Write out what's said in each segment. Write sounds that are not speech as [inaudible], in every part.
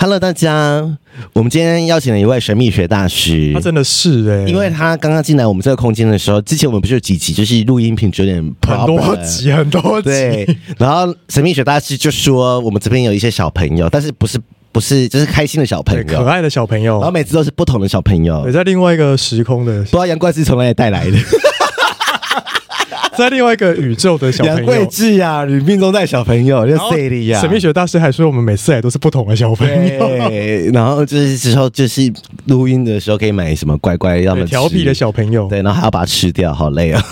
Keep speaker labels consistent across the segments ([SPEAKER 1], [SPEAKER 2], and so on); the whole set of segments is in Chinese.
[SPEAKER 1] Hello，大家，我们今天邀请了一位神秘学大师
[SPEAKER 2] 他，真的是哎、
[SPEAKER 1] 嗯因为他刚刚进来我们这个空间的时候，之前我们不是有几集就是录音品质有点
[SPEAKER 2] 很
[SPEAKER 1] problem
[SPEAKER 2] 多集很多集，
[SPEAKER 1] 对，然后神秘学大师就说我们这边有一些小朋友，但是不是不是就是开心的小朋
[SPEAKER 2] 对可
[SPEAKER 1] 友，
[SPEAKER 2] 爱的小朋
[SPEAKER 1] 然后
[SPEAKER 2] 友，
[SPEAKER 1] 每次都是不同的小朋友，
[SPEAKER 2] 对，
[SPEAKER 1] 不
[SPEAKER 2] 在另外一个时空的，
[SPEAKER 1] 知道杨贵志从哪里带来的。
[SPEAKER 2] 在另外一个宇宙的小
[SPEAKER 1] 杨
[SPEAKER 2] 朋
[SPEAKER 1] 贵
[SPEAKER 2] 友。
[SPEAKER 1] 志啊呀，你命中带小朋友，就啊
[SPEAKER 2] 然后
[SPEAKER 1] 谁的呀？
[SPEAKER 2] 神秘学大师还说，我们每次来都是不同的小朋友，
[SPEAKER 1] 对，然后就是之后就是录音的时候可以买什么乖乖让他
[SPEAKER 2] 对
[SPEAKER 1] 们
[SPEAKER 2] 调皮
[SPEAKER 1] 吃
[SPEAKER 2] 的小朋友。
[SPEAKER 1] 对，然后还要把它吃掉，好
[SPEAKER 2] [laughs]
[SPEAKER 1] 累啊！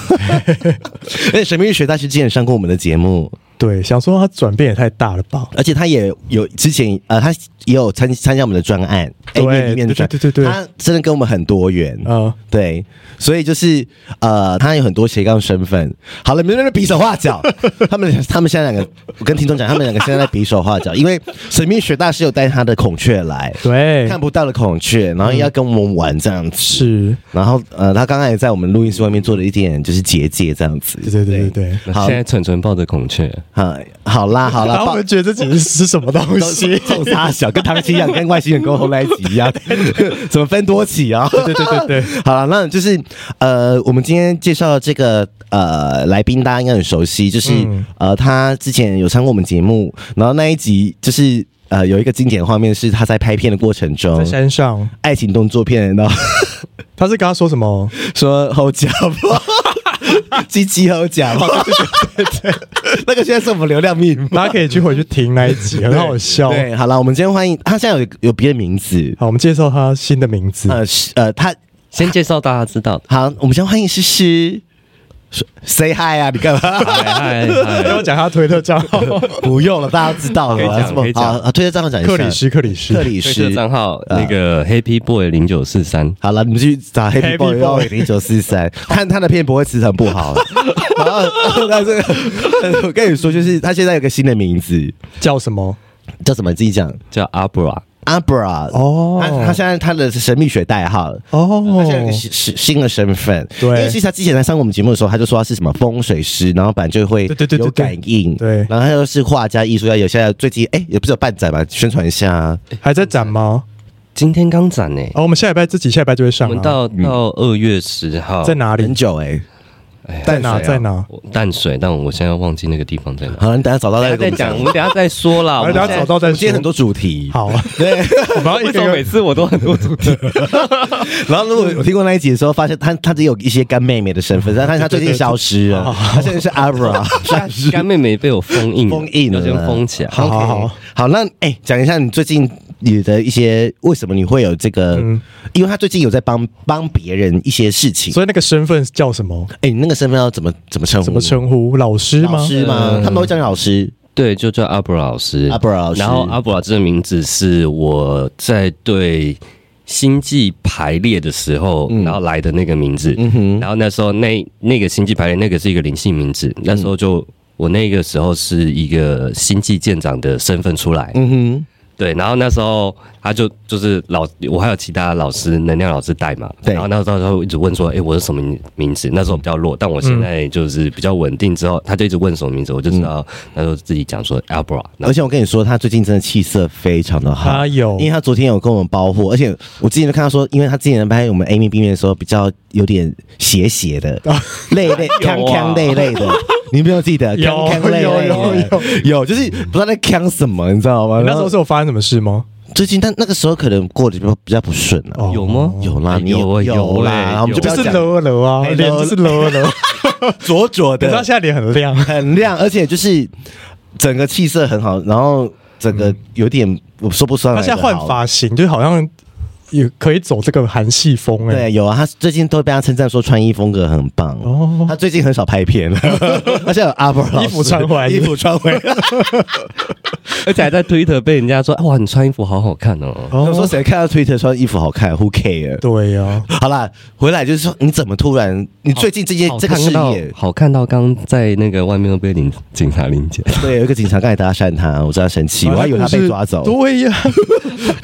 [SPEAKER 1] 而且神秘学大师之前上过我们的节目，
[SPEAKER 2] [laughs] 对，想说他转变也太大了吧？
[SPEAKER 1] 而且他也有之前呃，他也有参参加我们的专案，
[SPEAKER 2] 对
[SPEAKER 1] A 面里面的专
[SPEAKER 2] 对对对对对
[SPEAKER 1] 他真的跟我们很多元。
[SPEAKER 2] 啊，
[SPEAKER 1] 对，所以就是呃，他有很多斜杠身份。好了，没人比手画
[SPEAKER 2] [laughs]
[SPEAKER 1] 脚，他们他们现在两个，我跟听众讲，他们两个现在在比手画脚，因为神秘学大师有带他的孔雀来，
[SPEAKER 2] 对，
[SPEAKER 1] 看不到的孔雀，然后要跟我们玩这样子。
[SPEAKER 2] 是，
[SPEAKER 1] 然后呃，他刚刚也在我们录音室外面做了一点就是结界这样子。
[SPEAKER 2] 对对对对对。
[SPEAKER 3] 那
[SPEAKER 1] 好
[SPEAKER 3] 现在蠢蠢抱着孔雀，
[SPEAKER 1] 好，好啦好啦，
[SPEAKER 2] 然后我
[SPEAKER 1] 抱
[SPEAKER 2] 们觉得这只是吃什么东西？
[SPEAKER 1] 臭沙小，跟唐七一样，跟外星人沟通那一集一样，怎么分多起啊？
[SPEAKER 2] 对对对对，
[SPEAKER 1] [laughs] 好了，那就是呃，我们今天介绍的这个呃来宾，大家应该很熟悉，就是、
[SPEAKER 2] 嗯
[SPEAKER 1] 呃，他之前有上过我们节目，然后那一集就是呃有一个经典画面是他在拍片的过程中
[SPEAKER 2] 在，山上，
[SPEAKER 1] 爱情动作片，然后
[SPEAKER 2] 他是跟他说什么？
[SPEAKER 1] 说后脚不， [laughs] 鸡鸡后脚不，那个现在是我们流量密码。
[SPEAKER 2] 大家可以去回去听那一集，很好笑。
[SPEAKER 1] 对，好了，我们今天欢迎他，现在有有别的名字，
[SPEAKER 2] 好，我们介绍他新的名字。
[SPEAKER 1] 呃是呃，他。
[SPEAKER 3] 先介绍大家知道的
[SPEAKER 1] 好，我们先欢迎诗诗说，say hi 啊，你干嘛？
[SPEAKER 3] 嗨
[SPEAKER 2] [laughs]
[SPEAKER 3] 嗨
[SPEAKER 2] 要
[SPEAKER 3] 嗨，
[SPEAKER 2] 讲他推特账号，
[SPEAKER 1] 哎 [laughs] 不用了， [laughs] 大家知道
[SPEAKER 3] 可以
[SPEAKER 1] 了。
[SPEAKER 3] 讲
[SPEAKER 1] 什么
[SPEAKER 3] 可以讲
[SPEAKER 1] 好啊，推荐账号讲一下。
[SPEAKER 2] 克里斯，克里斯，
[SPEAKER 1] 克里
[SPEAKER 3] 推特
[SPEAKER 1] 斯。
[SPEAKER 3] 账号那个 Happy Boy 零九四三，
[SPEAKER 1] 好了，你们去找 Happy
[SPEAKER 2] Happy
[SPEAKER 1] Boy 哦
[SPEAKER 2] Boy
[SPEAKER 1] 零九四三，看他的片不会磁场不 [laughs] 好。然后，但是呃我跟你说，就是他现在有个新的名字，
[SPEAKER 2] 叫什么？
[SPEAKER 1] 叫什么？你自己讲
[SPEAKER 3] 叫 Abra，
[SPEAKER 1] ，Abra。
[SPEAKER 2] 哦
[SPEAKER 1] 他他现在他的神秘学代号，他
[SPEAKER 2] 哦
[SPEAKER 1] 现在有个新新新的身份，
[SPEAKER 2] 对
[SPEAKER 1] 因为其实他之前来上过我们节目的时候，他就说他是什么风水师，然后反正就会
[SPEAKER 2] 对对对对
[SPEAKER 1] 有感应，
[SPEAKER 2] 对
[SPEAKER 1] 然后他又是画家、艺术家，有现在最近哎，也不是有办展嘛，宣传一下啊，
[SPEAKER 2] 还在展吗？
[SPEAKER 3] 今天刚展呢，
[SPEAKER 2] 哦，我们下礼拜自己下礼拜就会上
[SPEAKER 3] 我
[SPEAKER 2] 了。
[SPEAKER 3] 们到到二月十号
[SPEAKER 2] 在哪
[SPEAKER 1] 很
[SPEAKER 2] 里？
[SPEAKER 1] 久哎，
[SPEAKER 3] 哎
[SPEAKER 2] 在哪？
[SPEAKER 1] 淡水啊
[SPEAKER 2] 在哪？
[SPEAKER 3] 我淡水，但我现在忘记那个地方在哪。
[SPEAKER 1] 好，你等下找到
[SPEAKER 3] 大
[SPEAKER 1] 再
[SPEAKER 3] 家
[SPEAKER 1] 跟
[SPEAKER 3] 再
[SPEAKER 1] 我们
[SPEAKER 3] 讲，我们等一下再说啦。
[SPEAKER 2] 好
[SPEAKER 3] 我
[SPEAKER 2] 哎等一
[SPEAKER 3] 们
[SPEAKER 2] 下
[SPEAKER 3] 现在
[SPEAKER 2] 找到再
[SPEAKER 1] 我们今天
[SPEAKER 2] 说
[SPEAKER 1] 很。多主题，
[SPEAKER 2] 好，啊
[SPEAKER 1] [laughs] 对。
[SPEAKER 2] 我们要一个
[SPEAKER 3] 为什么每
[SPEAKER 2] 人
[SPEAKER 3] 次我都很多
[SPEAKER 2] [laughs]
[SPEAKER 3] 主题？
[SPEAKER 1] 然后如果有听过那一集的时候，发现他他只有一些干妹妹的
[SPEAKER 2] [laughs]
[SPEAKER 1] 身份，但但是他最近消失了，他现在是 Abra 消失。
[SPEAKER 3] 干妹妹被我封印了，
[SPEAKER 1] 封印了
[SPEAKER 3] 要先嗯封起来。
[SPEAKER 2] 好好好
[SPEAKER 1] OK 好，那哎，讲、一下你最近你的一些为什么你会有这个？
[SPEAKER 2] 嗯
[SPEAKER 1] 因为他最近有在帮帮别人一些事情。
[SPEAKER 2] 所以那个身份叫什么？
[SPEAKER 1] 哎、你那个身份要怎么怎么称呼？
[SPEAKER 2] 怎么称呼？老师
[SPEAKER 1] 嗯老
[SPEAKER 2] 吗？
[SPEAKER 1] 师吗？
[SPEAKER 3] 嗯
[SPEAKER 1] 他们会叫你老师
[SPEAKER 3] 对，就叫阿布老师。
[SPEAKER 1] ，Abra 老师。
[SPEAKER 3] 然后阿布拉这个名字是我在对星际排列的时候，然后来的那个名字。
[SPEAKER 1] 嗯哼，
[SPEAKER 3] 然后那时候那那个星际排列那个是一个灵性名字，
[SPEAKER 1] 嗯
[SPEAKER 3] 那时候就。我那个时候是一个星际舰长的身份出来，
[SPEAKER 1] 嗯哼，
[SPEAKER 3] 对，然后那时候他就就是老，我还有其他老师能量老师带嘛，
[SPEAKER 1] 对
[SPEAKER 3] 然后那时候他就一直问说，哎，我是什么名字？那时候比较弱，但
[SPEAKER 1] 嗯
[SPEAKER 3] 我现在就是比较稳定之后，他就一直问什么名字，我就知道，
[SPEAKER 1] 嗯
[SPEAKER 3] 那时候自己讲说 Abra，然
[SPEAKER 1] 而
[SPEAKER 3] 后
[SPEAKER 1] 且我跟你说，他最近真的气色非常的好。
[SPEAKER 2] 他有
[SPEAKER 1] 因为他昨天有跟我们包货，而且我之前就看他说，因为他之前拍我们 Amy B 面的时候，比较有点斜斜
[SPEAKER 2] [laughs]
[SPEAKER 1] 的、累累、
[SPEAKER 3] 有啊
[SPEAKER 1] 康康累累的，你没有记得？
[SPEAKER 2] 有
[SPEAKER 1] 康康累累
[SPEAKER 2] 有有
[SPEAKER 1] 的，有，就是不知道在康什么，你知道吗？
[SPEAKER 2] 你那
[SPEAKER 1] 然
[SPEAKER 2] 时
[SPEAKER 1] 后
[SPEAKER 2] 候是有发生什么事吗？
[SPEAKER 1] 最近，但那个时候可能过得比较比较不顺啊。
[SPEAKER 2] 哦
[SPEAKER 3] 有吗？
[SPEAKER 1] 有啦，你
[SPEAKER 3] 有欸
[SPEAKER 1] 有
[SPEAKER 3] 有
[SPEAKER 1] 啦，
[SPEAKER 3] 欸
[SPEAKER 1] 我们就不
[SPEAKER 2] 就
[SPEAKER 1] 要
[SPEAKER 2] 是
[SPEAKER 1] 讲
[SPEAKER 2] 勒勒啊，
[SPEAKER 1] 哎
[SPEAKER 2] 脸
[SPEAKER 1] 勒
[SPEAKER 2] 就是
[SPEAKER 1] [laughs]
[SPEAKER 2] 勒勒。
[SPEAKER 1] 左左
[SPEAKER 2] 可
[SPEAKER 1] 的
[SPEAKER 2] 是他，现在脸很亮，
[SPEAKER 1] 很亮，而且就是整个气色很好，然后整个有点我说不上
[SPEAKER 2] 嗯他
[SPEAKER 1] 来。
[SPEAKER 2] 现在换，发型，就好像也可以走这个韩系风哎。
[SPEAKER 1] 对，有啊，他最近都被他称赞说穿衣风格很棒。
[SPEAKER 2] 哦
[SPEAKER 1] 他，最近很少拍
[SPEAKER 3] [laughs]
[SPEAKER 1] 片了，他现在有阿伯老师
[SPEAKER 2] 衣服穿回来
[SPEAKER 1] 衣服穿回来。
[SPEAKER 3] 而且还在
[SPEAKER 1] [laughs]
[SPEAKER 3] 推特被人家说，哇，你穿衣服好好看哦。
[SPEAKER 1] 我说
[SPEAKER 2] 哦，
[SPEAKER 1] 谁看到 Twitter 穿衣服好看？Who care？
[SPEAKER 2] 对啊呀，
[SPEAKER 1] 好啦，回来就是说，你怎么突然？你最近这件
[SPEAKER 3] 好
[SPEAKER 1] 这个事
[SPEAKER 3] 看到
[SPEAKER 1] 业，
[SPEAKER 3] 好看到刚在那个外面又被警警察临检，
[SPEAKER 1] 对，有一个警察刚才 [laughs]
[SPEAKER 2] [laughs]
[SPEAKER 1] 搭讪他，我知道他生气，我还以为他被抓走，
[SPEAKER 2] 对呀，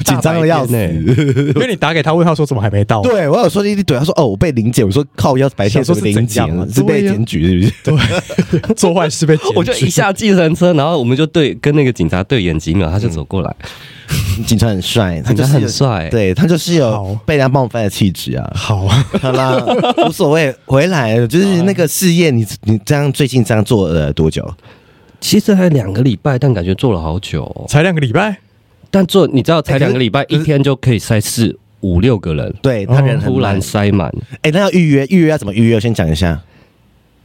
[SPEAKER 1] 紧张的要死
[SPEAKER 3] 大白天。
[SPEAKER 2] 因为你打给他问他说怎么还没到，
[SPEAKER 1] [laughs] 对我有说一堆怼，他说哦我被临检，我说靠要白天
[SPEAKER 2] 想说是
[SPEAKER 1] 临
[SPEAKER 2] 怎样啊
[SPEAKER 1] 检是被
[SPEAKER 2] 对啊
[SPEAKER 1] 检举是不是？
[SPEAKER 2] [laughs] 做坏事被检举
[SPEAKER 3] 我就一下计程车，然后我们就对跟那个警察对眼几秒，他就走过来，
[SPEAKER 1] [laughs] 警察很帅，他
[SPEAKER 3] 警
[SPEAKER 1] 就
[SPEAKER 3] 察
[SPEAKER 1] 是
[SPEAKER 3] 很
[SPEAKER 1] 有
[SPEAKER 3] 帅，，
[SPEAKER 1] 对他就是
[SPEAKER 2] 好
[SPEAKER 1] 有被人家冒犯的气质
[SPEAKER 2] [laughs]
[SPEAKER 1] 啊。
[SPEAKER 2] 好，
[SPEAKER 1] 好啦，无所谓，回来了就是那个事业，你你这样最近这样做了多久？
[SPEAKER 3] 其实还两个礼拜，但感觉做了好久哦、
[SPEAKER 2] 才两个礼拜，
[SPEAKER 3] 但做你知道，才
[SPEAKER 1] 哎可是
[SPEAKER 3] 两个礼拜，一天就可以塞四五六个人，
[SPEAKER 1] 对他人
[SPEAKER 2] 哦
[SPEAKER 1] 很
[SPEAKER 3] 突然
[SPEAKER 1] 慢
[SPEAKER 3] 塞满，
[SPEAKER 1] 哎，那要预约，预约要怎么预约？我先讲一下，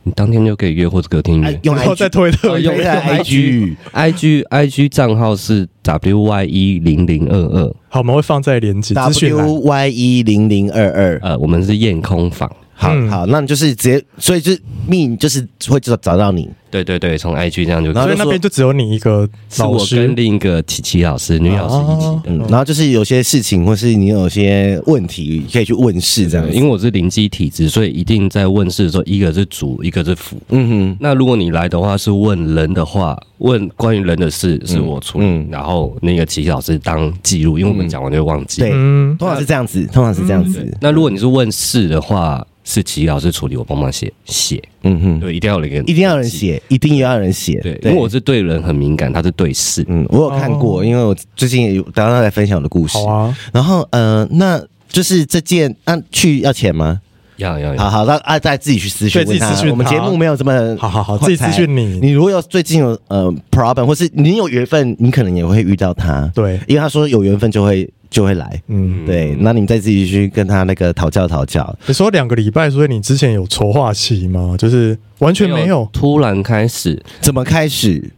[SPEAKER 3] 你当天就可以约，或者隔天约
[SPEAKER 1] 哎。用
[SPEAKER 2] 然后
[SPEAKER 1] IG
[SPEAKER 2] 再推特
[SPEAKER 3] 哦
[SPEAKER 1] 用
[SPEAKER 3] 用
[SPEAKER 1] IG，
[SPEAKER 3] I G I G 账号是 W Y 一零零二二，
[SPEAKER 2] 好，我们会放在连接资讯栏。
[SPEAKER 1] W Y 一零零二二，
[SPEAKER 3] 呃，我们是验空房。
[SPEAKER 1] 好
[SPEAKER 2] 嗯
[SPEAKER 1] 好，那你就是直接，所以就是命就是会找找到你，
[SPEAKER 3] 对对对，从 I G 这样就
[SPEAKER 1] 哦
[SPEAKER 3] 可
[SPEAKER 1] 然
[SPEAKER 3] 以
[SPEAKER 1] 后
[SPEAKER 2] 所以那边就只有你一个
[SPEAKER 3] 是
[SPEAKER 2] 老
[SPEAKER 3] 我跟
[SPEAKER 2] 师，
[SPEAKER 3] 另一个琪琪老
[SPEAKER 1] 哦
[SPEAKER 3] 师，女老师一起
[SPEAKER 1] 嗯，然后就是有些事情或是你有些问题可以去问世这样
[SPEAKER 3] 的，
[SPEAKER 1] 子，
[SPEAKER 3] 因为我是灵机体质，所以一定在问事的时候，一个是主，一个是辅。
[SPEAKER 1] 嗯
[SPEAKER 3] 那如果你来的话是问人的话，问关于人的事是我处理，
[SPEAKER 1] 嗯嗯
[SPEAKER 3] 然后那个琪琪老师当记录，因为我们讲完就会忘记。
[SPEAKER 1] 对哼，
[SPEAKER 2] 嗯，
[SPEAKER 1] 通常是这样子，通常是这样子，
[SPEAKER 3] 那如果你是问事的话，是琪琪老师处理，我帮忙写写，
[SPEAKER 1] 嗯哼，
[SPEAKER 3] 对，一定要有一个人
[SPEAKER 1] 一定要有人写，一定要有人写，
[SPEAKER 3] 对，因为我是对人很敏感，他是对事。
[SPEAKER 1] 嗯，我有看过，
[SPEAKER 2] 哦
[SPEAKER 1] 因为我最近也有打算来分享我的故事
[SPEAKER 2] 好，啊，
[SPEAKER 1] 然后呃，那就是这件，那去要钱吗？
[SPEAKER 3] 要要
[SPEAKER 1] 好
[SPEAKER 3] 要，
[SPEAKER 1] 好，那啊，再自己去私讯
[SPEAKER 2] 对
[SPEAKER 1] 问
[SPEAKER 2] 自己私讯
[SPEAKER 1] 我们
[SPEAKER 2] 他
[SPEAKER 1] 节目没有这么
[SPEAKER 2] 好好好
[SPEAKER 1] 快
[SPEAKER 2] 自己私讯你
[SPEAKER 1] 你如果有最近有呃 problem，或是你有缘分，你可能也会遇到他。
[SPEAKER 2] 对
[SPEAKER 1] 因为他说有缘分就会就会来。
[SPEAKER 2] 嗯，
[SPEAKER 1] 对，那你们再自己去跟他那个讨教讨教。
[SPEAKER 2] 你说两个礼拜，所以你之前有筹划期吗？就是完全没有，
[SPEAKER 3] 突然开始，
[SPEAKER 1] 怎么开始？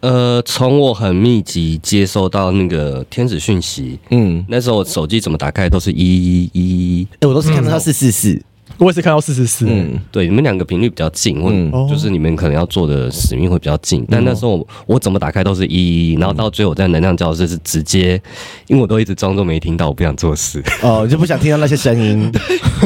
[SPEAKER 3] 呃，从我很密集接收到那个天使讯息，
[SPEAKER 1] 嗯，
[SPEAKER 3] 那时候我手机怎么打开都是一一一一，
[SPEAKER 1] 哎、我都是看到他四四四。
[SPEAKER 2] 我也是看到四十四，
[SPEAKER 1] 嗯，
[SPEAKER 3] 对，你们两个频率比较近，或
[SPEAKER 1] 嗯
[SPEAKER 2] 哦
[SPEAKER 3] 就是你们可能要做的使命会比较近。但那时候我我怎么打开都是一一，然后到最后我在能量教室是直接，因为我都一直装作没听到，我不想做事。
[SPEAKER 1] 哦，就不想听到那些声
[SPEAKER 2] [laughs]
[SPEAKER 1] 音。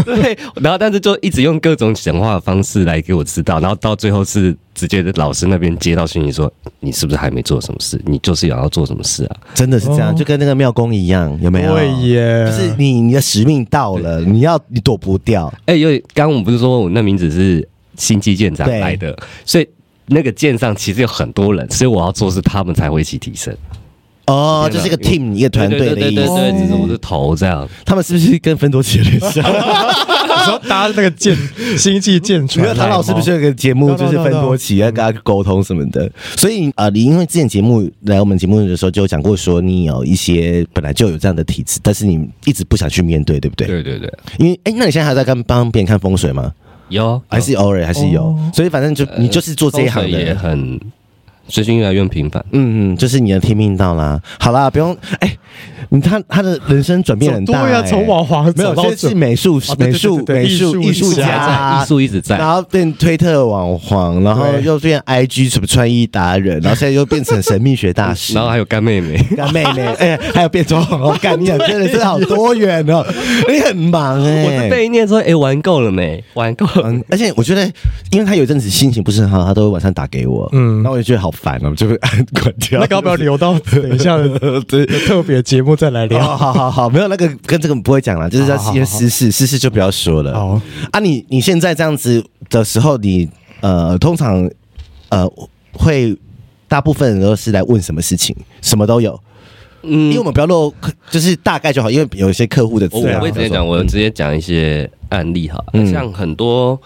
[SPEAKER 3] 对，然后但是就一直用各种讲话的方式来给我知道，然后到最后是直接老师那边接到讯息说，你是不是还没做什么事？你就是有要做什么事啊？
[SPEAKER 1] 真的是这样，
[SPEAKER 2] 哦
[SPEAKER 1] 就跟那个妙公一样，有没有？啊
[SPEAKER 2] 对耶
[SPEAKER 1] 就是你你的使命到了，你要你躲不掉。
[SPEAKER 3] 哎、因为刚刚我们不是说我那名字是星际舰长
[SPEAKER 1] 对
[SPEAKER 3] 来的，所以那个舰上其实有很多人，所以我要做是他们才会一起提升。
[SPEAKER 1] 哦，就
[SPEAKER 3] 天
[SPEAKER 1] 是
[SPEAKER 3] 哪
[SPEAKER 1] 一个 team 一个团队的
[SPEAKER 3] 对
[SPEAKER 1] 意哦
[SPEAKER 3] 对对
[SPEAKER 1] 思。
[SPEAKER 3] 对对，只是我是头这样。
[SPEAKER 1] 他们是不是啊跟分多奇有点 [laughs] 像？
[SPEAKER 2] [laughs] 你说搭那个
[SPEAKER 1] [laughs]
[SPEAKER 2] 舰星际舰
[SPEAKER 1] 你
[SPEAKER 2] 船
[SPEAKER 1] 知
[SPEAKER 2] 来
[SPEAKER 1] 道
[SPEAKER 2] 吗，
[SPEAKER 1] 唐老师不是有个节目， [laughs]
[SPEAKER 2] No, no,
[SPEAKER 1] 就是分多期要跟他沟通什么的，所以啊，呃你因为之前节目来我们节目的时候就有讲过，说你有一些本来就有这样的体质，但是你一直不想去面对，对不对？
[SPEAKER 3] 对对对，
[SPEAKER 1] 因为哎，那你现在还在跟帮别人看风水吗？
[SPEAKER 3] 有
[SPEAKER 1] 还是偶尔还是有？所以反正就你就是做这一行
[SPEAKER 3] 风水也
[SPEAKER 1] 的。
[SPEAKER 3] 很最近越来越频繁。
[SPEAKER 1] 嗯嗯，就是你的天命到啦。好啦，不用哎，你他他的人生转变很
[SPEAKER 2] 对
[SPEAKER 1] 大哎，
[SPEAKER 2] 呀， [laughs] 从网黄
[SPEAKER 1] 没有，
[SPEAKER 2] 走到
[SPEAKER 1] 先
[SPEAKER 2] 这
[SPEAKER 1] 是美术
[SPEAKER 2] 哦对
[SPEAKER 1] 美
[SPEAKER 2] 对对
[SPEAKER 1] 术
[SPEAKER 2] 对
[SPEAKER 1] 美术
[SPEAKER 2] 艺
[SPEAKER 1] 艺
[SPEAKER 2] 术
[SPEAKER 1] 术
[SPEAKER 2] 家
[SPEAKER 1] 家
[SPEAKER 3] 艺术一直在，
[SPEAKER 1] 然后变推特网红，然后
[SPEAKER 2] 对
[SPEAKER 1] 又变 IG 什么穿衣达人，然后现在又变成神秘学大师
[SPEAKER 2] [laughs]
[SPEAKER 3] 然。后还有干妹妹。
[SPEAKER 1] 干妹妹，哎、还有变装皇后，干你很真的是好多元
[SPEAKER 2] [laughs]
[SPEAKER 1] 哦，你很忙
[SPEAKER 3] 我
[SPEAKER 1] 哎、
[SPEAKER 3] 是被念说，哎、玩够了没？玩够了。
[SPEAKER 1] 嗯，而且我觉得，因为他有一阵子心情不是很好，他都会晚上打给我，嗯，
[SPEAKER 2] 嗯
[SPEAKER 1] 那我就觉得好烦哦，就会按 [laughs] 关掉。
[SPEAKER 2] [laughs] 那个要不要
[SPEAKER 1] [laughs]
[SPEAKER 2] 留到等一下的的特别节目再来
[SPEAKER 1] 哦好
[SPEAKER 2] 聊？
[SPEAKER 1] 好好好，没有那个跟这个不会讲了，就是要一些私事，私事就不要说了。
[SPEAKER 2] 好
[SPEAKER 1] 啊你，你现在这样子的时候，你呃，通常呃会大部分人都是来问什么事情，什么都有，因
[SPEAKER 3] 嗯
[SPEAKER 1] 为我，们不要漏，就是大概就好，因为有一些客户的资
[SPEAKER 3] 哦我
[SPEAKER 1] 料，
[SPEAKER 3] 我会直接讲，我直接讲一些案例哈，
[SPEAKER 1] 嗯
[SPEAKER 3] 像很多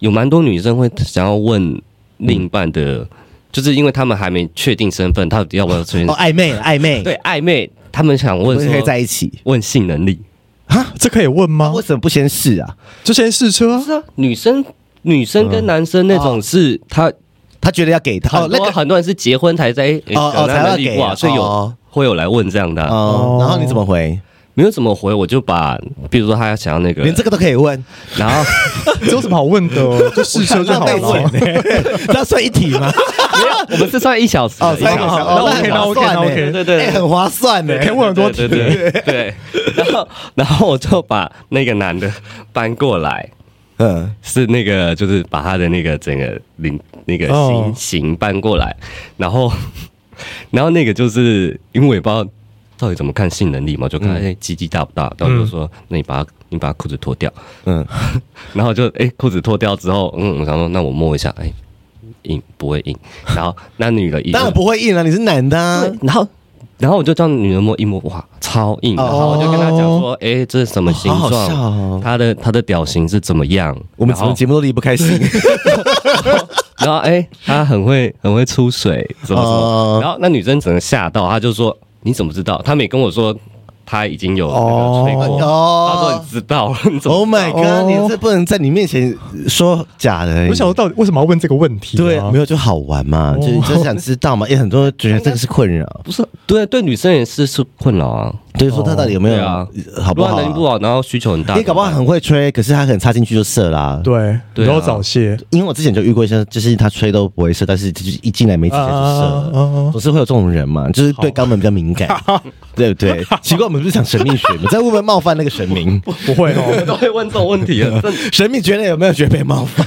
[SPEAKER 3] 有蛮多女生会想要问
[SPEAKER 1] 嗯
[SPEAKER 3] 另一半的，就是因为他们还没确定身份，到底要不要确定
[SPEAKER 1] 哦，暧昧了，暧昧，
[SPEAKER 3] [laughs] 对，暧昧，他们想
[SPEAKER 1] 不
[SPEAKER 3] 问
[SPEAKER 1] 是可以在
[SPEAKER 3] 说
[SPEAKER 1] 一起
[SPEAKER 3] 问性能力，
[SPEAKER 1] 啊？
[SPEAKER 2] 这可以问吗
[SPEAKER 1] 为？什么不先试啊？
[SPEAKER 2] 就先试车
[SPEAKER 3] 不，是啊，女生女生跟男生那种是他
[SPEAKER 1] 他觉得要给他嗯
[SPEAKER 3] 很
[SPEAKER 1] 哦，那
[SPEAKER 3] 多
[SPEAKER 1] 个
[SPEAKER 3] 很多人是结婚才在诶
[SPEAKER 1] 哦哦
[SPEAKER 3] 可能他
[SPEAKER 1] 才要
[SPEAKER 3] 能力
[SPEAKER 1] 给
[SPEAKER 3] 不好
[SPEAKER 1] 啊
[SPEAKER 3] 所以有
[SPEAKER 1] 哦
[SPEAKER 3] 会有来问这样的啊，
[SPEAKER 1] 哦，然后你怎么回？
[SPEAKER 3] 没有怎么回，我就把比如说他想要那个，
[SPEAKER 1] 连这个都可以问，[laughs]
[SPEAKER 3] 然后
[SPEAKER 2] 这有什么好问的？哦就试车就好
[SPEAKER 1] 浪费
[SPEAKER 2] 了。
[SPEAKER 1] 钱欸这样算一体吗？
[SPEAKER 3] 没有，我们是算一小时的，啊
[SPEAKER 1] 哦，
[SPEAKER 3] 一小
[SPEAKER 1] 算一
[SPEAKER 3] 时
[SPEAKER 2] 个
[SPEAKER 1] 体，
[SPEAKER 2] 小时
[SPEAKER 1] 哦
[SPEAKER 2] 那
[SPEAKER 1] 很
[SPEAKER 2] OK，
[SPEAKER 1] 划
[SPEAKER 2] 那 OK，
[SPEAKER 1] 算
[SPEAKER 2] 那
[SPEAKER 1] 欸
[SPEAKER 2] OK
[SPEAKER 3] 对对对
[SPEAKER 1] 欸很划算呢。
[SPEAKER 2] [laughs] 可以问很多
[SPEAKER 3] 对
[SPEAKER 2] 题，
[SPEAKER 3] 对对对对， [laughs] 然后然后我就把那个男的搬过来，
[SPEAKER 1] 嗯，
[SPEAKER 3] 是那个就是把他的那个整个领那个
[SPEAKER 2] 哦
[SPEAKER 3] [laughs] 形形搬过来，然后然后那个就是因为我也不知道到底怎么看性能力嘛，就看哎鸡鸡大不大，然后就说那你把它你把裤子脱掉，
[SPEAKER 1] 嗯，
[SPEAKER 3] [laughs] 然后就哎裤子脱掉之后，嗯，我想说那我摸一下，哎硬不会硬，然后那女的一
[SPEAKER 1] 当然不会硬了、你是男的、啊，
[SPEAKER 3] 对，然后然后我就叫女人摸一摸，哇，超硬。然后我就跟她讲说，哎、这是什么形
[SPEAKER 1] 好好笑哦
[SPEAKER 3] 状？她、的她的表情是怎么样？
[SPEAKER 1] 我们怎么节目都离不开性，
[SPEAKER 3] 然后哎，她、很会很会出水，怎么怎么？
[SPEAKER 1] 哦
[SPEAKER 3] 然后那女生整个吓到，她就说：“你怎么知道？”她没跟我说她已经有那个吹
[SPEAKER 1] [laughs]
[SPEAKER 3] 过。
[SPEAKER 2] 哦
[SPEAKER 3] 她说：“
[SPEAKER 1] 哦
[SPEAKER 3] 你知道？你怎么
[SPEAKER 1] Oh my
[SPEAKER 2] 哦
[SPEAKER 1] god！你这不能在你面前说假的、欸
[SPEAKER 2] 我想说到底为什么要问这个问题、啊？
[SPEAKER 1] 对，没有就好玩嘛，
[SPEAKER 2] 哦
[SPEAKER 1] 就就是想知道嘛，因为很多人觉得这个是困扰，
[SPEAKER 3] 不是对对，女生也是是困扰啊，
[SPEAKER 1] 就是说他到底有没有
[SPEAKER 3] 对啊
[SPEAKER 1] 好不
[SPEAKER 3] 如
[SPEAKER 1] 好
[SPEAKER 3] 果她能力不
[SPEAKER 1] 啊？
[SPEAKER 3] 好，然后需求很大，
[SPEAKER 1] 你搞不好很会吹，可是他可能插进去就射啦。
[SPEAKER 2] 对，
[SPEAKER 3] 对啊
[SPEAKER 2] 你都要早泄
[SPEAKER 1] 因为我之前就遇过一些，就是他吹都不会射，但是就是一进来没几天就射了。
[SPEAKER 2] 啊啊啊啊
[SPEAKER 1] 总是会有这种人嘛，就是对肛门比较敏感，对不对？奇怪，我们不是讲神秘学吗？ [laughs] 这会不会冒犯那个神明？
[SPEAKER 2] 不会
[SPEAKER 3] 我们
[SPEAKER 2] 哦。
[SPEAKER 3] 都 [laughs] 会问这种问题啊，这
[SPEAKER 1] 神明觉得有没有觉得被冒 [laughs] 犯？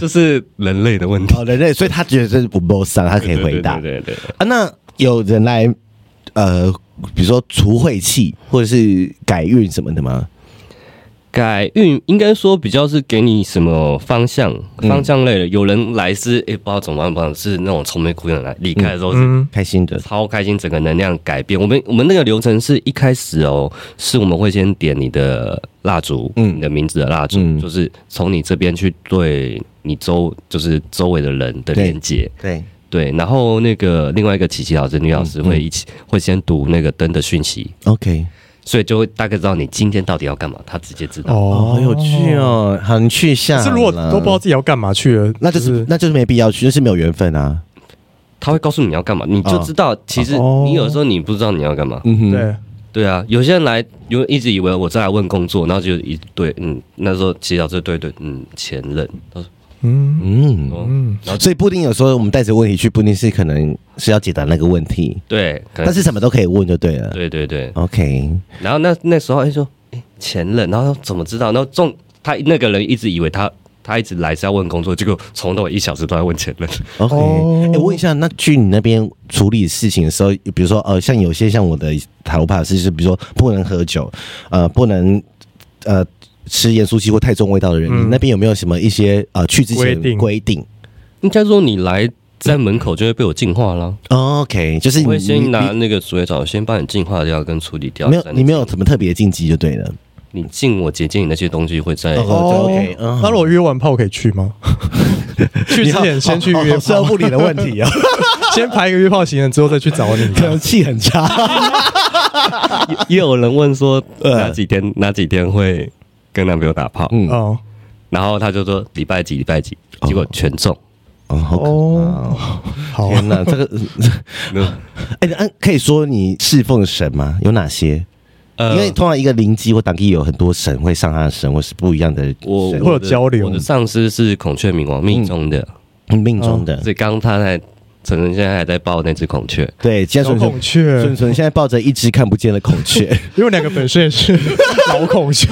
[SPEAKER 3] 就是人类的问题。
[SPEAKER 1] 好的，对，所以他觉得这是不冒犯，哦他可以回答。
[SPEAKER 3] 对对对对对
[SPEAKER 1] 啊，那有人来呃，比如说除晦气或者是改运什么的吗？
[SPEAKER 3] 改运应该说比较是给你什么方向方向类的，有人来是诶、不知道怎么办，不知道是那种愁眉苦脸来，离开的时候是
[SPEAKER 2] 嗯，
[SPEAKER 1] 开心的
[SPEAKER 3] 超开心，整个能量改变。我们我们那个流程是一开始哦，是我们会先点你的蜡烛，
[SPEAKER 1] 嗯
[SPEAKER 3] 你的名字的蜡烛，
[SPEAKER 1] 嗯
[SPEAKER 3] 就是从你这边去对你周就是周围的人的
[SPEAKER 1] 对
[SPEAKER 3] 连接，
[SPEAKER 1] 对，
[SPEAKER 3] 对。然后那个另外一个琪琪老师，女老师会一起、会先读那个灯的讯息，
[SPEAKER 1] OK，
[SPEAKER 3] 所以就会大概知道你今天到底要干嘛，他直接知
[SPEAKER 1] [laughs]
[SPEAKER 3] 道。
[SPEAKER 1] 哦，好有趣。哦，好，你去一下
[SPEAKER 2] 可
[SPEAKER 1] 好了。
[SPEAKER 2] 是如果都不知道自己要干嘛去了，
[SPEAKER 1] 那就是那就是没必要去，就是没有缘分啊。
[SPEAKER 3] 他会告诉你要干嘛，你就知道。其实
[SPEAKER 2] 哦
[SPEAKER 3] 你有时候你不知道你要干嘛。
[SPEAKER 1] 嗯哼，
[SPEAKER 2] 对，
[SPEAKER 3] 对啊，有些人来，因为一直以为我在来问工作，然后就一对，嗯，那时候祈祷这对对，嗯，前任，他说，
[SPEAKER 2] 嗯
[SPEAKER 1] 嗯。
[SPEAKER 3] 哦，
[SPEAKER 2] 嗯，
[SPEAKER 3] 然后
[SPEAKER 1] 所以不一定有时候我们带着问题去，不一定是可能是要解答那个问题，
[SPEAKER 3] 对，可能
[SPEAKER 1] 但是什么都可以问就对了。
[SPEAKER 3] 对对对，
[SPEAKER 1] OK，
[SPEAKER 3] 然后那那时候哎说，哎前任，然后他怎么知道？然后中他那个人一直以为他他一直来是要问工作，结果从头一小时都在问前
[SPEAKER 1] [laughs]
[SPEAKER 3] 任。
[SPEAKER 1] OK，哎、
[SPEAKER 2] 哦
[SPEAKER 1] 问一下，那去你那边处理事情的时候，比如说呃，像有些像我的塔罗牌是，就是比如说不能喝酒，呃，不能呃吃盐酥鸡或太重味道的人，
[SPEAKER 2] 嗯
[SPEAKER 1] 你那边有没有什么一些呃去之前
[SPEAKER 2] 规定
[SPEAKER 1] 规定
[SPEAKER 3] 应该说你来在门口就会被我净化了，
[SPEAKER 1] 哦？OK，就是
[SPEAKER 3] 我
[SPEAKER 1] 你
[SPEAKER 3] 会
[SPEAKER 1] 你
[SPEAKER 3] 先拿
[SPEAKER 1] 你
[SPEAKER 3] 那个水草先帮你净化掉跟处理掉。
[SPEAKER 1] 没有
[SPEAKER 3] 再
[SPEAKER 1] 你没有什么特别的禁忌就对
[SPEAKER 2] [laughs]
[SPEAKER 1] 了。
[SPEAKER 3] 你进我结界，你那些东西会在。
[SPEAKER 1] 哦，OK，嗯
[SPEAKER 2] 那如果约完炮可以去
[SPEAKER 1] [laughs]
[SPEAKER 2] 吗？去之前先去约
[SPEAKER 1] 好社
[SPEAKER 2] 炮，
[SPEAKER 1] 会理的问题啊，
[SPEAKER 2] [laughs] 先排一个约炮行程之后再去找你。
[SPEAKER 1] 可能气很差。
[SPEAKER 3] 也有人问说
[SPEAKER 1] 呃
[SPEAKER 3] 哪几天哪几天会跟男朋友打炮，
[SPEAKER 1] 嗯，哦，
[SPEAKER 2] 哦，
[SPEAKER 3] 然后他就说礼拜几礼拜几，结果全中。 [laughs]
[SPEAKER 1] 好可怕哦。
[SPEAKER 2] 好，啊
[SPEAKER 1] 天哪，这个，
[SPEAKER 3] 那
[SPEAKER 1] 哎，那可以说你侍奉的神吗？有哪些？
[SPEAKER 3] 呃
[SPEAKER 1] 因为通常一个灵机或党机有很多神会上他的神，或是不一样的
[SPEAKER 3] 我
[SPEAKER 1] 神
[SPEAKER 2] 会有
[SPEAKER 3] 的
[SPEAKER 2] 交流
[SPEAKER 3] 我的上司是孔雀冥王命中的，
[SPEAKER 1] 命中的。
[SPEAKER 3] 所以刚刚他在陈晨现在还在抱那只孔雀，
[SPEAKER 1] 对，现在
[SPEAKER 2] 小
[SPEAKER 1] 纯
[SPEAKER 2] 孔
[SPEAKER 1] 纯
[SPEAKER 2] 雀，
[SPEAKER 1] 纯纯现在抱着一只看不见的孔雀，
[SPEAKER 3] [laughs]
[SPEAKER 2] 因为我两个本身也是老孔雀，